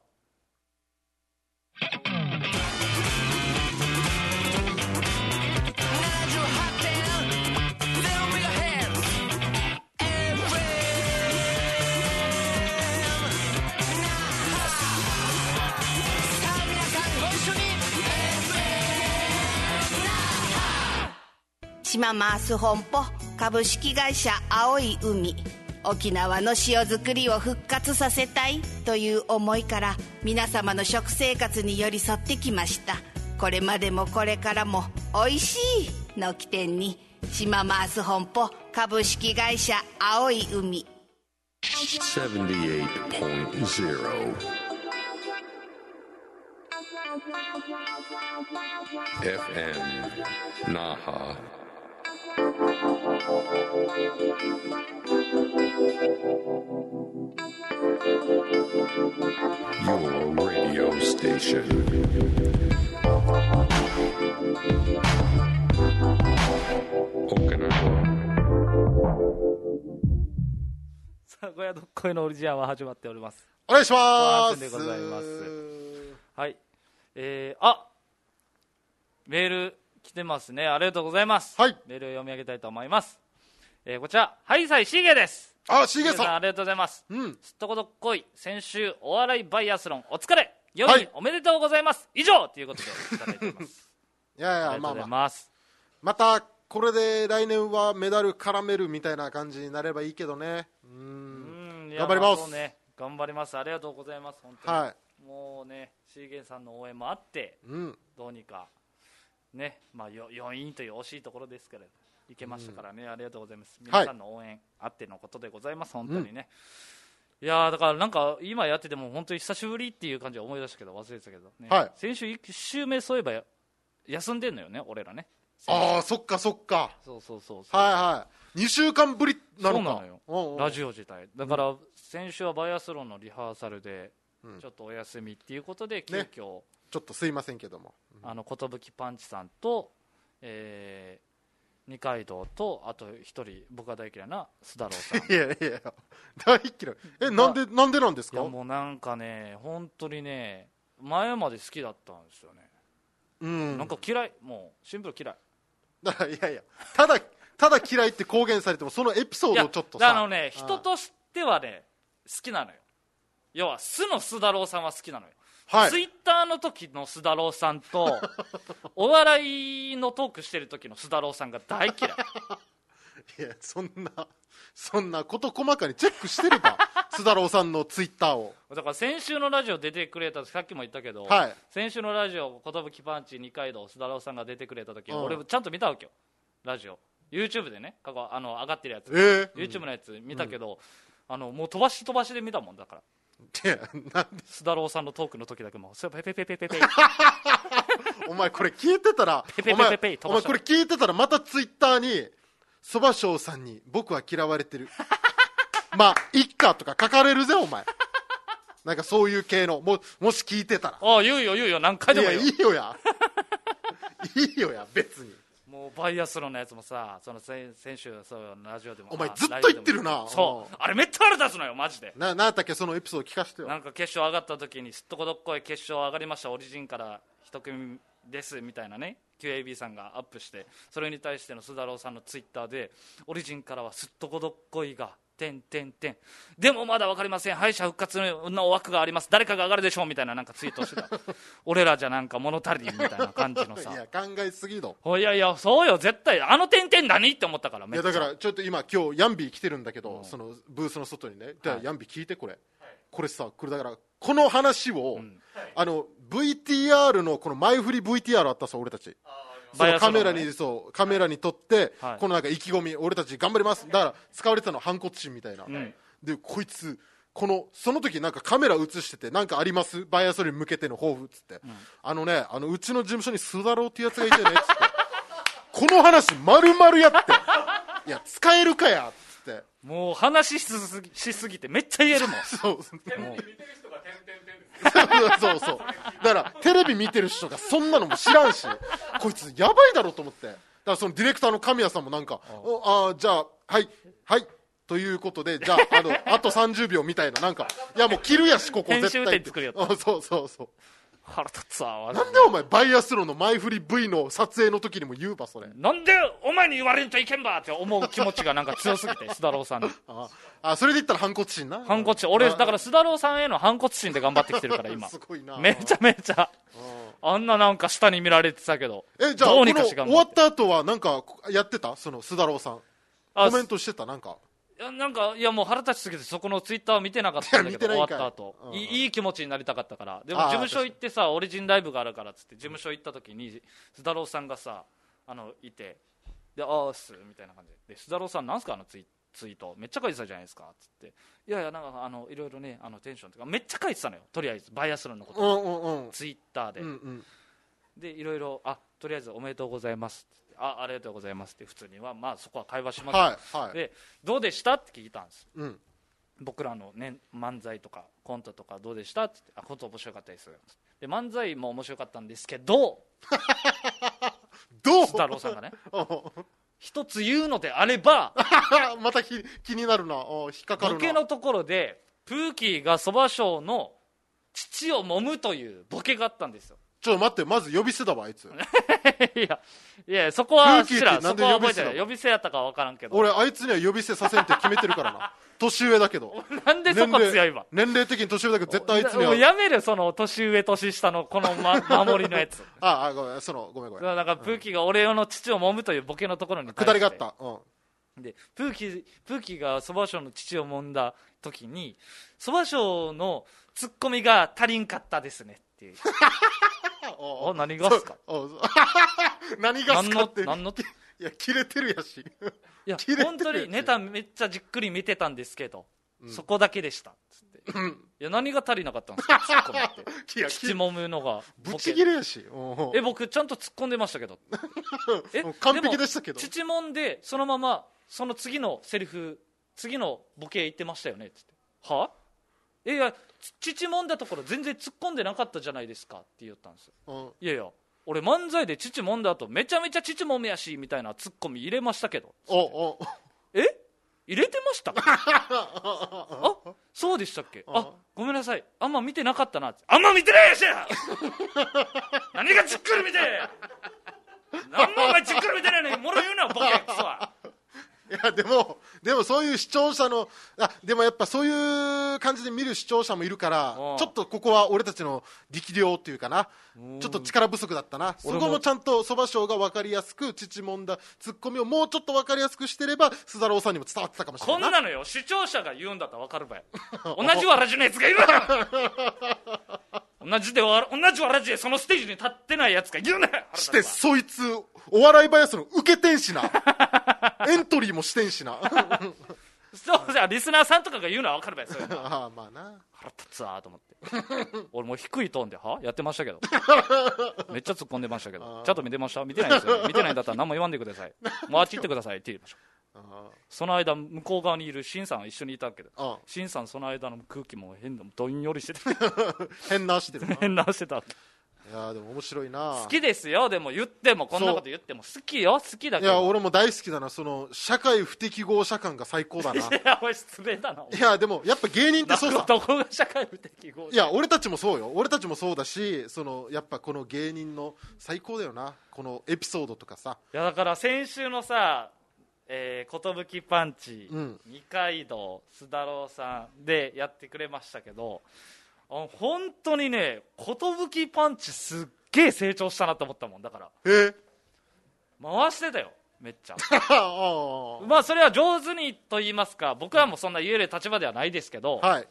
[SPEAKER 3] 島マース本舗株式会社青い海沖縄の塩作りを復活させたいという思いから皆様の食生活に寄り添ってきましたこれまでもこれからも「おいしい」の起点に島マース本舗株式会社青い海
[SPEAKER 4] 78.0 FM Naha. Your radio station. Okinawa.
[SPEAKER 1] さあ小屋どっこいのオリジナルは始まっております
[SPEAKER 2] お願いしま
[SPEAKER 1] ワー
[SPEAKER 2] す
[SPEAKER 1] センでございますはいえー、あメール来てますねありがとうございます、
[SPEAKER 2] はい
[SPEAKER 1] メールを読み上げたいと思います、えー、こちらハイサイシーゲです
[SPEAKER 2] あしげ
[SPEAKER 1] シーゲさん
[SPEAKER 2] さ
[SPEAKER 1] ありがとうございます
[SPEAKER 2] んうん
[SPEAKER 1] すっとこどっこい先週お笑いバイアスロンお疲れ4
[SPEAKER 2] は
[SPEAKER 1] 人
[SPEAKER 2] い
[SPEAKER 1] おめでとうございます、以上ということでいただいてます
[SPEAKER 2] いや
[SPEAKER 1] あ
[SPEAKER 2] い
[SPEAKER 1] りがとうござ
[SPEAKER 2] や [laughs] まあ
[SPEAKER 1] い
[SPEAKER 2] まあ
[SPEAKER 1] ます、
[SPEAKER 2] またこれで来年はメダル絡めるみたいな感じになればいいけどねうん
[SPEAKER 1] うん
[SPEAKER 2] 頑張ります
[SPEAKER 1] そうね頑張りますありがとうございます本当に、
[SPEAKER 2] は
[SPEAKER 1] もうねシーゲさんの応援もあって
[SPEAKER 2] いうん
[SPEAKER 1] どうにか、ねまあ、よ4位という惜しいところですけれど、いけましたからね、ありがとうございます、皆さんの応援あってのことでございます、本当にね。いやーだからなんか今やってても本当に久しぶりっていう感じは思い出したけど忘れてたけど、ね
[SPEAKER 2] はい
[SPEAKER 1] 先週1週目そういえばや休んでんのよね俺らね
[SPEAKER 2] ああそっかそっか
[SPEAKER 1] そうそうそうそう
[SPEAKER 2] はいはい2週間ぶりな
[SPEAKER 1] そ
[SPEAKER 2] の
[SPEAKER 1] うな
[SPEAKER 2] か
[SPEAKER 1] のよ
[SPEAKER 2] うんうん
[SPEAKER 1] ラジオ自体だから先週はバイアスロンのリハーサルで
[SPEAKER 2] ん
[SPEAKER 1] ちょっとお休みっていうことで急
[SPEAKER 2] ね
[SPEAKER 1] 遽
[SPEAKER 2] ちょっとすいませんけども
[SPEAKER 1] あの寿パンチさんとえー二階堂とあと一人僕が大嫌いな須田郎さんい
[SPEAKER 2] [laughs] いやいやいや大嫌いえなんでなんでなんですか
[SPEAKER 1] やもうなんかね本当にね前まで好きだったんですよね、
[SPEAKER 2] うん
[SPEAKER 1] なんか嫌いもうシンプル嫌い
[SPEAKER 2] だからいやいやただただ嫌いって公言されてもそのエピ
[SPEAKER 1] い
[SPEAKER 2] ソー
[SPEAKER 1] や
[SPEAKER 2] ドをちょっと
[SPEAKER 1] だ
[SPEAKER 2] さ
[SPEAKER 1] からあのね人としてはね好きなのよ要は須の須田郎さんは好きなのよ
[SPEAKER 2] はい
[SPEAKER 1] ツイッターの時の須田郎さんと
[SPEAKER 2] [laughs]
[SPEAKER 1] お笑いのトークしてる時の須田郎さんが大
[SPEAKER 2] [laughs]
[SPEAKER 1] 嫌い
[SPEAKER 2] いやそんなそんなこと細かにチェックし
[SPEAKER 1] [laughs]
[SPEAKER 2] てれば須田郎さんのツイッターを
[SPEAKER 1] だから先週のラジオ出てくれたさっきも言ったけど、
[SPEAKER 2] はい
[SPEAKER 1] 先週のラジオ「寿パンチ二階堂須田郎さんが出てくれた時、
[SPEAKER 2] うん
[SPEAKER 1] 俺ちゃんと見たわけよラジオ YouTube でね過去あの上がってるやつ、
[SPEAKER 2] ええ
[SPEAKER 1] YouTube のやつ見たけど、あのもう飛ばし飛ばしで見たもんだから
[SPEAKER 2] いやなんで
[SPEAKER 1] 須田郎さんのトークの時だけもうそれペペペペペペ
[SPEAKER 2] [laughs] お前これ聞いてたら
[SPEAKER 1] ペペペ
[SPEAKER 2] お前
[SPEAKER 1] ペペ飛
[SPEAKER 2] お
[SPEAKER 1] ば
[SPEAKER 2] 前
[SPEAKER 1] した
[SPEAKER 2] これ聞いてたらまたツイッターに「そばしょうさんに僕は嫌われてる」 [laughs] 「まあいっか」とか書かれるぜお前なんかそういう系のももし聞いてたら
[SPEAKER 1] ああ言うよ言うよ何回
[SPEAKER 2] い
[SPEAKER 1] でも
[SPEAKER 2] や
[SPEAKER 1] 言うよ
[SPEAKER 2] いいよやいいよや別に
[SPEAKER 1] もうバイアスロンのやつもさその先先週そうラジオでも
[SPEAKER 2] お前
[SPEAKER 1] まあ
[SPEAKER 2] ずっと
[SPEAKER 1] ライブで
[SPEAKER 2] 言
[SPEAKER 1] も
[SPEAKER 2] ってるな
[SPEAKER 1] そう
[SPEAKER 2] う
[SPEAKER 1] あれめっちゃ腹立つのよマジで
[SPEAKER 2] ななんだっけそのエピソード聞かせてよ
[SPEAKER 1] なんか決勝上がった時にすっとこどっこい決勝上がりましたオリジンから一組ですみたいなね QAB さんがアップしてそれに対しての須田郎さんのツイッターでオリジンからはすっとこどっこいが点点点でもまだ分かりません敗者復活の枠があります誰かが上がるでしょうみたいななんかツイート
[SPEAKER 2] [laughs]
[SPEAKER 1] してた俺らじゃなんか物足りんみたいな感じのさ
[SPEAKER 2] いや考えすぎだ
[SPEAKER 1] おいやいや、そうよ、絶対。あの点々何って思ったから、
[SPEAKER 2] い
[SPEAKER 1] めっ
[SPEAKER 2] や
[SPEAKER 1] ちゃ。
[SPEAKER 2] だからちょっと今今日ヤンビー来てるんだけど、
[SPEAKER 1] うん
[SPEAKER 2] そのブースの外にね、で
[SPEAKER 1] はい
[SPEAKER 2] ヤンビー聞いてこれ、これさこれだからこの話を、
[SPEAKER 1] ん
[SPEAKER 2] あの VTR のこの前振り VTR あったさ俺たちそ
[SPEAKER 1] バイ
[SPEAKER 2] の
[SPEAKER 1] アスロ
[SPEAKER 2] カ
[SPEAKER 1] ンの
[SPEAKER 2] メ
[SPEAKER 1] ね
[SPEAKER 2] ラに、そうカメラに撮って、
[SPEAKER 1] はい
[SPEAKER 2] このなんか意気込み俺たち頑張りますだから使われてたの反骨心みたいな、
[SPEAKER 1] ん
[SPEAKER 2] でこいつこのその時なんかカメラ映しててなんかありますバイアスロンに向けての抱負っつって、あのねあのうちの事務所に須田郎っていうやつがいてねっつってこの話丸々やっていや使えるかやっつって
[SPEAKER 1] もう話しすぎしすぎて、めっちゃ言え
[SPEAKER 2] [laughs]
[SPEAKER 1] るもん。
[SPEAKER 2] そ
[SPEAKER 1] [laughs]
[SPEAKER 2] う
[SPEAKER 1] もう
[SPEAKER 2] [laughs] そうそうだからテレビ見てる人がそんなのも知らんしこいつやばいだろと思ってだからそのディレクターの神谷さんもなんか「おあーじゃあはいはい」ということでじゃあ
[SPEAKER 1] [laughs]
[SPEAKER 2] あのあと30秒みたいななんかいやもう切るやしここ
[SPEAKER 1] 編
[SPEAKER 2] 絶
[SPEAKER 1] 集
[SPEAKER 2] 対
[SPEAKER 1] 点作るやつ
[SPEAKER 2] あそうそうそう
[SPEAKER 1] 腹立つわ、
[SPEAKER 2] なんでお前バイアスロンの前振り V の撮影の時にも言うばそれ
[SPEAKER 1] なんでお前に言われんといけんばって思う気持ちがなんか強すぎ
[SPEAKER 2] [laughs]
[SPEAKER 1] て、須田郎さんに。
[SPEAKER 2] ああそれで言ったら反骨心な
[SPEAKER 1] 反骨心。俺、
[SPEAKER 2] あ。
[SPEAKER 1] だから須田郎さんへの反骨心で頑張ってきてるから、今
[SPEAKER 2] [laughs] すごいな
[SPEAKER 1] めちゃめちゃ。あんななんか下に見られてたけど。
[SPEAKER 2] えじゃあ
[SPEAKER 1] ど
[SPEAKER 2] こ
[SPEAKER 1] うに
[SPEAKER 2] の
[SPEAKER 1] かし
[SPEAKER 2] 終
[SPEAKER 1] 頑
[SPEAKER 2] わ
[SPEAKER 1] 張っ。
[SPEAKER 2] ってた後はなんかやってたその須田郎さん
[SPEAKER 1] あ
[SPEAKER 2] コメントしてたなんか
[SPEAKER 1] いやなんか、いやもう腹立ちすぎて、そこのツイッターを見てなかったんだけど、
[SPEAKER 2] いや
[SPEAKER 1] 終わっ
[SPEAKER 2] [laughs] 見
[SPEAKER 1] てた
[SPEAKER 2] ないんかい
[SPEAKER 1] 後、
[SPEAKER 2] うんうん
[SPEAKER 1] いいい気持ちになりたかったから、でも
[SPEAKER 2] あー
[SPEAKER 1] 事務所行ってさ、オリジンライブがあるからっつって、事務所行った時に、須田郎さんがさ、あのいて、で、あーっす、みたいな感じで、で須田郎さん、なんすか、あのツイツイート、めっちゃ書いてたじゃないですかっつって、いやいや、なんか、あのいろいろね、あのテンションとか、めっちゃ書いてたのよ、とりあえず、バイアスロンのこ
[SPEAKER 2] う
[SPEAKER 1] と、
[SPEAKER 2] んうんうん
[SPEAKER 1] ツイッターで。
[SPEAKER 2] うんうん
[SPEAKER 1] でいろいろあとりあえずおめでとうございますってあありがとうございますって普通にはまあそこは会話しますよ、
[SPEAKER 2] はいはい
[SPEAKER 1] でどうでしたって聞いたんです
[SPEAKER 2] うん
[SPEAKER 1] 僕らの、ね、漫才とかコントとかどうでしたって言ってあコント面白かったですで漫才も面白かったんですけど
[SPEAKER 2] どう
[SPEAKER 1] 須田郎さんがね [laughs]
[SPEAKER 2] うん
[SPEAKER 1] 一つ言うのであれば
[SPEAKER 2] あ [laughs] またひ気になるなお引っかかる
[SPEAKER 1] ボ
[SPEAKER 2] な
[SPEAKER 1] ケのところでプーキーがそば賞の父を揉むというボケがあったんですよ [laughs]
[SPEAKER 2] ちょっと待ってまず呼び捨てだわあいつ
[SPEAKER 1] いやいやそこは
[SPEAKER 2] プーキーっ
[SPEAKER 1] 知
[SPEAKER 2] て
[SPEAKER 1] らん
[SPEAKER 2] な
[SPEAKER 1] そ
[SPEAKER 2] んで
[SPEAKER 1] こは
[SPEAKER 2] 呼び
[SPEAKER 1] 覚え
[SPEAKER 2] 捨て
[SPEAKER 1] て
[SPEAKER 2] なの
[SPEAKER 1] ない呼び捨てやったかは分からんけど
[SPEAKER 2] 俺あいつには呼び捨てさせんって決めてるか
[SPEAKER 1] [laughs]
[SPEAKER 2] らな年上だけど
[SPEAKER 1] なんでそこ強いわ
[SPEAKER 2] 年齢的に年上だけど絶対あいつに
[SPEAKER 1] もう
[SPEAKER 2] は
[SPEAKER 1] やめるその年上年下のこの、ま、守りのやつ [laughs]
[SPEAKER 2] ああごめんそのごめんごめん
[SPEAKER 1] なんかプーキーが俺の父を揉むというボケのところに対して
[SPEAKER 2] 下りがあったうん
[SPEAKER 1] でプーキープーキーがそば賞の父を揉んだ時にそば賞のツッコミが足りんかったですねっていうあ何が
[SPEAKER 2] [laughs]
[SPEAKER 1] っすか
[SPEAKER 2] お [laughs] 何がっ
[SPEAKER 1] 何
[SPEAKER 2] すか
[SPEAKER 1] の
[SPEAKER 2] って
[SPEAKER 1] 何
[SPEAKER 2] [laughs]
[SPEAKER 1] の
[SPEAKER 2] いや切れてるやし [laughs]
[SPEAKER 1] いや
[SPEAKER 2] 切れてるやつ [laughs]
[SPEAKER 1] 本当にネタめっちゃじっくり見てたんですけど、そこだけでしたっつっていや何が足りなかったんですか突っ込むって
[SPEAKER 2] いや
[SPEAKER 1] 口もむのが
[SPEAKER 2] ぶ
[SPEAKER 1] ボケ
[SPEAKER 2] ち切れやしうん
[SPEAKER 1] え僕ちゃんと突っ込んでましたけ
[SPEAKER 2] [laughs]
[SPEAKER 1] どえ
[SPEAKER 2] うん完璧でしたけ
[SPEAKER 1] も
[SPEAKER 2] ど
[SPEAKER 1] 父もんでそのままその次のセリフ次のボケ言ってましたよねっつってはえいやち父もんだところ全然突っ込んでなかったじゃないですかって言ったんですよ
[SPEAKER 2] うん
[SPEAKER 1] いやいや俺漫才で父もんだとめちゃめちゃ父もめやしみたいなツッコミ入れましたけど
[SPEAKER 2] おお
[SPEAKER 1] え入れてま [laughs] したかあそうでしたっけあごめんなさいあんま見てなかったなあんま見てないやしや何がじっくり見て何もお前じっくり見てないのにもろ言うなボケクソはい
[SPEAKER 2] やでもでもそういう視聴者のあでもやっぱそういう感じで見る視聴者もいるから
[SPEAKER 1] うん
[SPEAKER 2] ちょっとここは俺たちの力量っていうかなちょっと力不足だったなそ
[SPEAKER 1] 俺も
[SPEAKER 2] こもちゃんとそば賞が分かりやすく父もんだツッコミをもうちょっと分かりやすくしてれば須太郎さんにも伝わってたかもしれ
[SPEAKER 1] こ
[SPEAKER 2] なんい
[SPEAKER 1] なのよ視聴者が言うんだったら分かるばよ同じわらじのやつがいる同じでわら同じわらじでそのステージに立ってないやつが言うな
[SPEAKER 2] してそいつお笑いバイアスの受けてんしなエントリーもしてんしな [laughs]
[SPEAKER 1] そうじゃあリスナーさんとかが言うのは分かるばよそれ
[SPEAKER 2] ああまあな
[SPEAKER 1] 腹立つわと思って [laughs] 俺もう低いトーンで「はやってました
[SPEAKER 2] [laughs]
[SPEAKER 1] けどめっちゃ突っ込んでましたけどちゃんと見てました見てないですよね見てないんだったら何も言わんでくださ
[SPEAKER 2] [laughs]
[SPEAKER 1] いもうあっち行ってください」って言いましょうその間向こう側にいるシンさんは一緒にいたけど
[SPEAKER 2] ああ [laughs]
[SPEAKER 1] シンさんその間の空気も変などんよりしてて
[SPEAKER 2] 変なしてるない
[SPEAKER 1] 変なしてた
[SPEAKER 2] やでも面白いな
[SPEAKER 1] 好きですよでも言ってもこんなこと言っても好きよ好きだ
[SPEAKER 2] い
[SPEAKER 1] けど [laughs]
[SPEAKER 2] や俺も大好きだなその社会不適合者感が最高だない
[SPEAKER 1] いやお前失礼だなお前
[SPEAKER 2] やでもやっぱ芸人ってそう
[SPEAKER 1] なん
[SPEAKER 2] さ
[SPEAKER 1] かどこが社会不適合
[SPEAKER 2] いや俺たちもそうよ俺たちもそうだしそのやっぱこの芸人の最高だよなこのエピソードとかさ
[SPEAKER 1] いやだから先週のさ「えー寿パンチ」
[SPEAKER 2] うん
[SPEAKER 1] 二階堂須太郎さんでやってくれましたけどあ本当にね寿パンチすっげえ成長したなと思ったもんだから
[SPEAKER 2] え [laughs] ー、
[SPEAKER 1] 回してたよめっ
[SPEAKER 2] [laughs]
[SPEAKER 1] ちゃ
[SPEAKER 2] あ
[SPEAKER 1] まあそれは上手にと言いますか僕はもうそんな言える立場ではないですけど、
[SPEAKER 2] あはい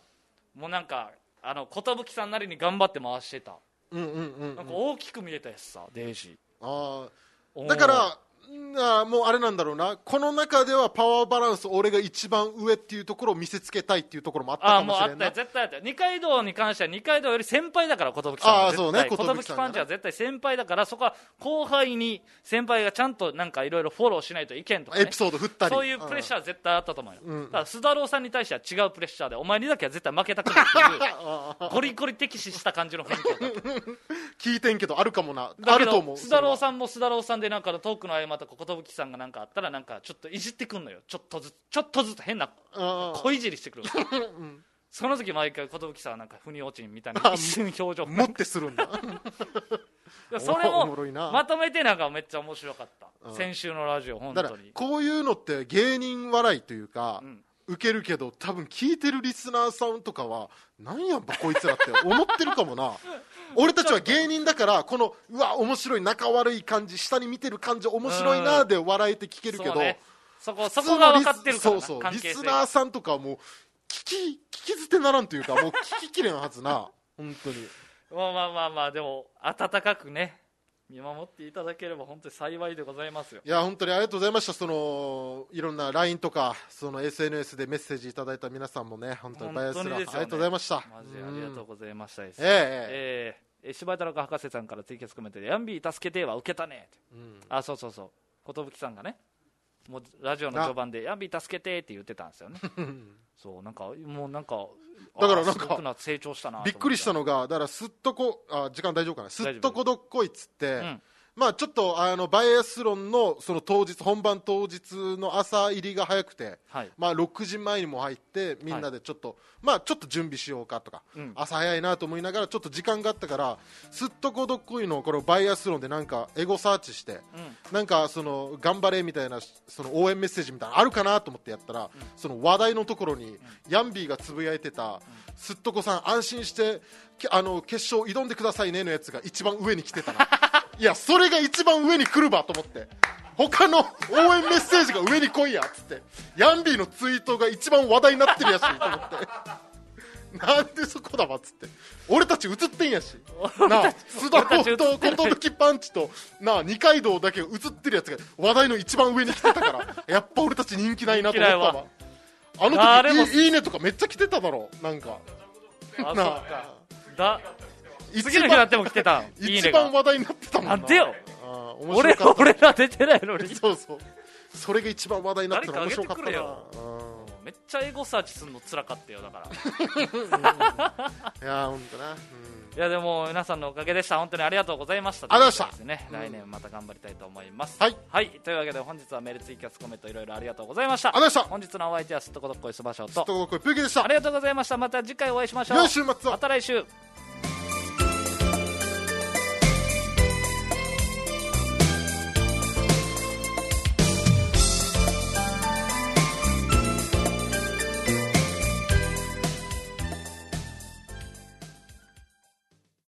[SPEAKER 1] もうなんかあの寿さんなりに頑張って回してた
[SPEAKER 2] うんうんうん
[SPEAKER 1] なんか大きく見えたやつさデイジ
[SPEAKER 2] あ
[SPEAKER 1] お
[SPEAKER 2] あ
[SPEAKER 1] ー
[SPEAKER 2] だからんあーもうあれなんだろうなこの中ではパワーバランス俺が一番上っていうところを見せつけたいっていうところもあった
[SPEAKER 1] ああ
[SPEAKER 2] か
[SPEAKER 1] もう
[SPEAKER 2] もし
[SPEAKER 1] あ
[SPEAKER 2] れ
[SPEAKER 1] っ
[SPEAKER 2] ん
[SPEAKER 1] た
[SPEAKER 2] な
[SPEAKER 1] よ絶対あったよ二階堂に関しては二階堂より先輩だから寿さんは
[SPEAKER 2] ああそうね
[SPEAKER 1] 絶対
[SPEAKER 2] 寿さんがね
[SPEAKER 1] パンチは絶対先輩だからそこは後輩に先輩がちゃんとなんかいろいろフォローしないといけんとか、ね、
[SPEAKER 2] エピソード振ったり
[SPEAKER 1] そういうプレッシ
[SPEAKER 2] ャ
[SPEAKER 1] ャ
[SPEAKER 2] ー
[SPEAKER 1] ーは絶対あったと思うよ、
[SPEAKER 2] うん
[SPEAKER 1] ただ須太郎さんに対しては違うプレッシャーでお前にだけは絶対負けたくないってい
[SPEAKER 2] [laughs]
[SPEAKER 1] うゴリゴリ敵視した感じの雰囲気だった
[SPEAKER 2] 聞いてんけどあるかもな
[SPEAKER 1] だ
[SPEAKER 2] [laughs] あ
[SPEAKER 1] け
[SPEAKER 2] る
[SPEAKER 1] ど
[SPEAKER 2] と思う
[SPEAKER 1] 須太郎さんも須太郎さんでなんかのトークの合間とか寿さんがなんかあったらなんかちょっといじってくんのよちょっとずつちょっとずつ変な
[SPEAKER 2] あー
[SPEAKER 1] 小いじりしてくる
[SPEAKER 2] [laughs]
[SPEAKER 1] その時毎回寿さんはなんか腑に落ちんみたいな
[SPEAKER 2] あ
[SPEAKER 1] 一瞬表情
[SPEAKER 2] 持ってする
[SPEAKER 1] [laughs]
[SPEAKER 2] んだ
[SPEAKER 1] それ
[SPEAKER 2] お
[SPEAKER 1] も
[SPEAKER 2] もろいな
[SPEAKER 1] まとめてなんかめっちゃ面白かった先週のラジオ本
[SPEAKER 2] だから
[SPEAKER 1] 当に
[SPEAKER 2] こういうのって芸人笑いというか、受けるけど多分聞いてるリスナーさんとかはなんやんばこいつらって思ってるかもな俺たちは芸人だからこのうわ面白い仲悪い感じ下に見てる感じ面白いなで笑えて聞けるけど、
[SPEAKER 1] そうねそこそこが分かってるからな
[SPEAKER 2] 普通の
[SPEAKER 1] 関
[SPEAKER 2] リス
[SPEAKER 1] 係
[SPEAKER 2] そ
[SPEAKER 1] 性
[SPEAKER 2] うそうリスナーさんとかはもう聞き聞き捨てならんというかもう聞ききれんはず
[SPEAKER 1] [laughs]
[SPEAKER 2] な本当に
[SPEAKER 1] まあまあまあまあでも温かくね見守っていただければ本当に幸いでございますよ
[SPEAKER 2] いや本当にありがとうございましたそのいろんな LINE とかその SNS でメッセージいただいた皆さんもね本当にバイアスラー、
[SPEAKER 1] 本当に
[SPEAKER 2] あり
[SPEAKER 1] ですよ
[SPEAKER 2] が
[SPEAKER 1] ね
[SPEAKER 2] とうございました
[SPEAKER 1] マジでありがとうございましたです
[SPEAKER 2] ええええ
[SPEAKER 1] えー、えー柴田の博士さんからツイキャスコメントで「ヤンビー助けて」は受けたねって、あそうそうそう寿さんがねもうラジオの序盤で「ヤンビー助けて」って言ってたんですよ
[SPEAKER 2] [laughs]
[SPEAKER 1] ねそうなんかもうなんか
[SPEAKER 2] だから
[SPEAKER 1] あー
[SPEAKER 2] なん
[SPEAKER 1] す
[SPEAKER 2] か
[SPEAKER 1] ごくな成長したなと思
[SPEAKER 2] びっくりした
[SPEAKER 1] の
[SPEAKER 2] のがだからすっとこあ時間大丈夫かなすっとこどっこいっつって、
[SPEAKER 1] ん
[SPEAKER 2] まあちょっとあのバイアスロンのその当日本番当日の朝入りが早くて、
[SPEAKER 1] はい
[SPEAKER 2] まあ6時前にも入ってみんなでちょっと、まあちょっと準備しようかとか、
[SPEAKER 1] ん
[SPEAKER 2] 朝早いなと思いながらちょっと時間があったからすっとこどっこいのこのバイアスロンでなんかエゴサーチして、なんかその頑張れみたいなその応援メッセージみたいなのあるかなと思ってやったら、その話題のところにヤンビーがつぶやいてた、すっとこさん安心してけあの決勝挑んでくださいねのやつが一番上に来てたないやそれが一番上に来るわと思って他の応援メッセージが上に来いやっつってヤンビーのツイートが一番話題になってるやしと思ってなんでそこだわっつって俺たち映ってんやしなあ須田
[SPEAKER 1] 俺たち映
[SPEAKER 2] 子
[SPEAKER 1] ってない
[SPEAKER 2] と寿パンチとなあ二階堂だけ映ってるやつが話題の一番上に来てたからやっぱ俺たち人気ないなと思ったわあの
[SPEAKER 1] あれも
[SPEAKER 2] 時いいいいねとかめっちゃ来てただろなんか
[SPEAKER 1] あそ
[SPEAKER 2] な
[SPEAKER 1] う
[SPEAKER 2] あ
[SPEAKER 1] だ
[SPEAKER 2] 一
[SPEAKER 1] 次の日になっても来てたんいい
[SPEAKER 2] 一
[SPEAKER 1] ね
[SPEAKER 2] 番
[SPEAKER 1] が
[SPEAKER 2] 話題になってたもん
[SPEAKER 1] な
[SPEAKER 2] なん
[SPEAKER 1] でよ
[SPEAKER 2] あー面
[SPEAKER 1] 俺
[SPEAKER 2] 白
[SPEAKER 1] ら
[SPEAKER 2] か
[SPEAKER 1] 俺
[SPEAKER 2] った
[SPEAKER 1] ら出てないのに
[SPEAKER 2] [laughs] そうそうそれが一番話題になってたの面
[SPEAKER 1] 誰か
[SPEAKER 2] 白
[SPEAKER 1] 上げ
[SPEAKER 2] かってた
[SPEAKER 1] くれ
[SPEAKER 2] な
[SPEAKER 1] よめっちゃエゴサーチするの辛かったよだからい
[SPEAKER 2] うんいやー本当な、うん
[SPEAKER 1] やでも皆さんのおかげでした本当にありがとうございました
[SPEAKER 2] ありがとうございました
[SPEAKER 1] ということですね来年また頑張りたいと思います
[SPEAKER 2] はい、
[SPEAKER 1] というわけで本日はメールツイキャスコメントいろいろありがとうございました
[SPEAKER 2] ありがとうございまし
[SPEAKER 1] 本
[SPEAKER 2] た
[SPEAKER 1] 日のお相手はすっとこどっこいすばしょう
[SPEAKER 2] と
[SPEAKER 1] と
[SPEAKER 2] ころこれプーケでした
[SPEAKER 1] ありがとうございましたまた次回お会いしましょう
[SPEAKER 2] 良い週末を
[SPEAKER 1] また来週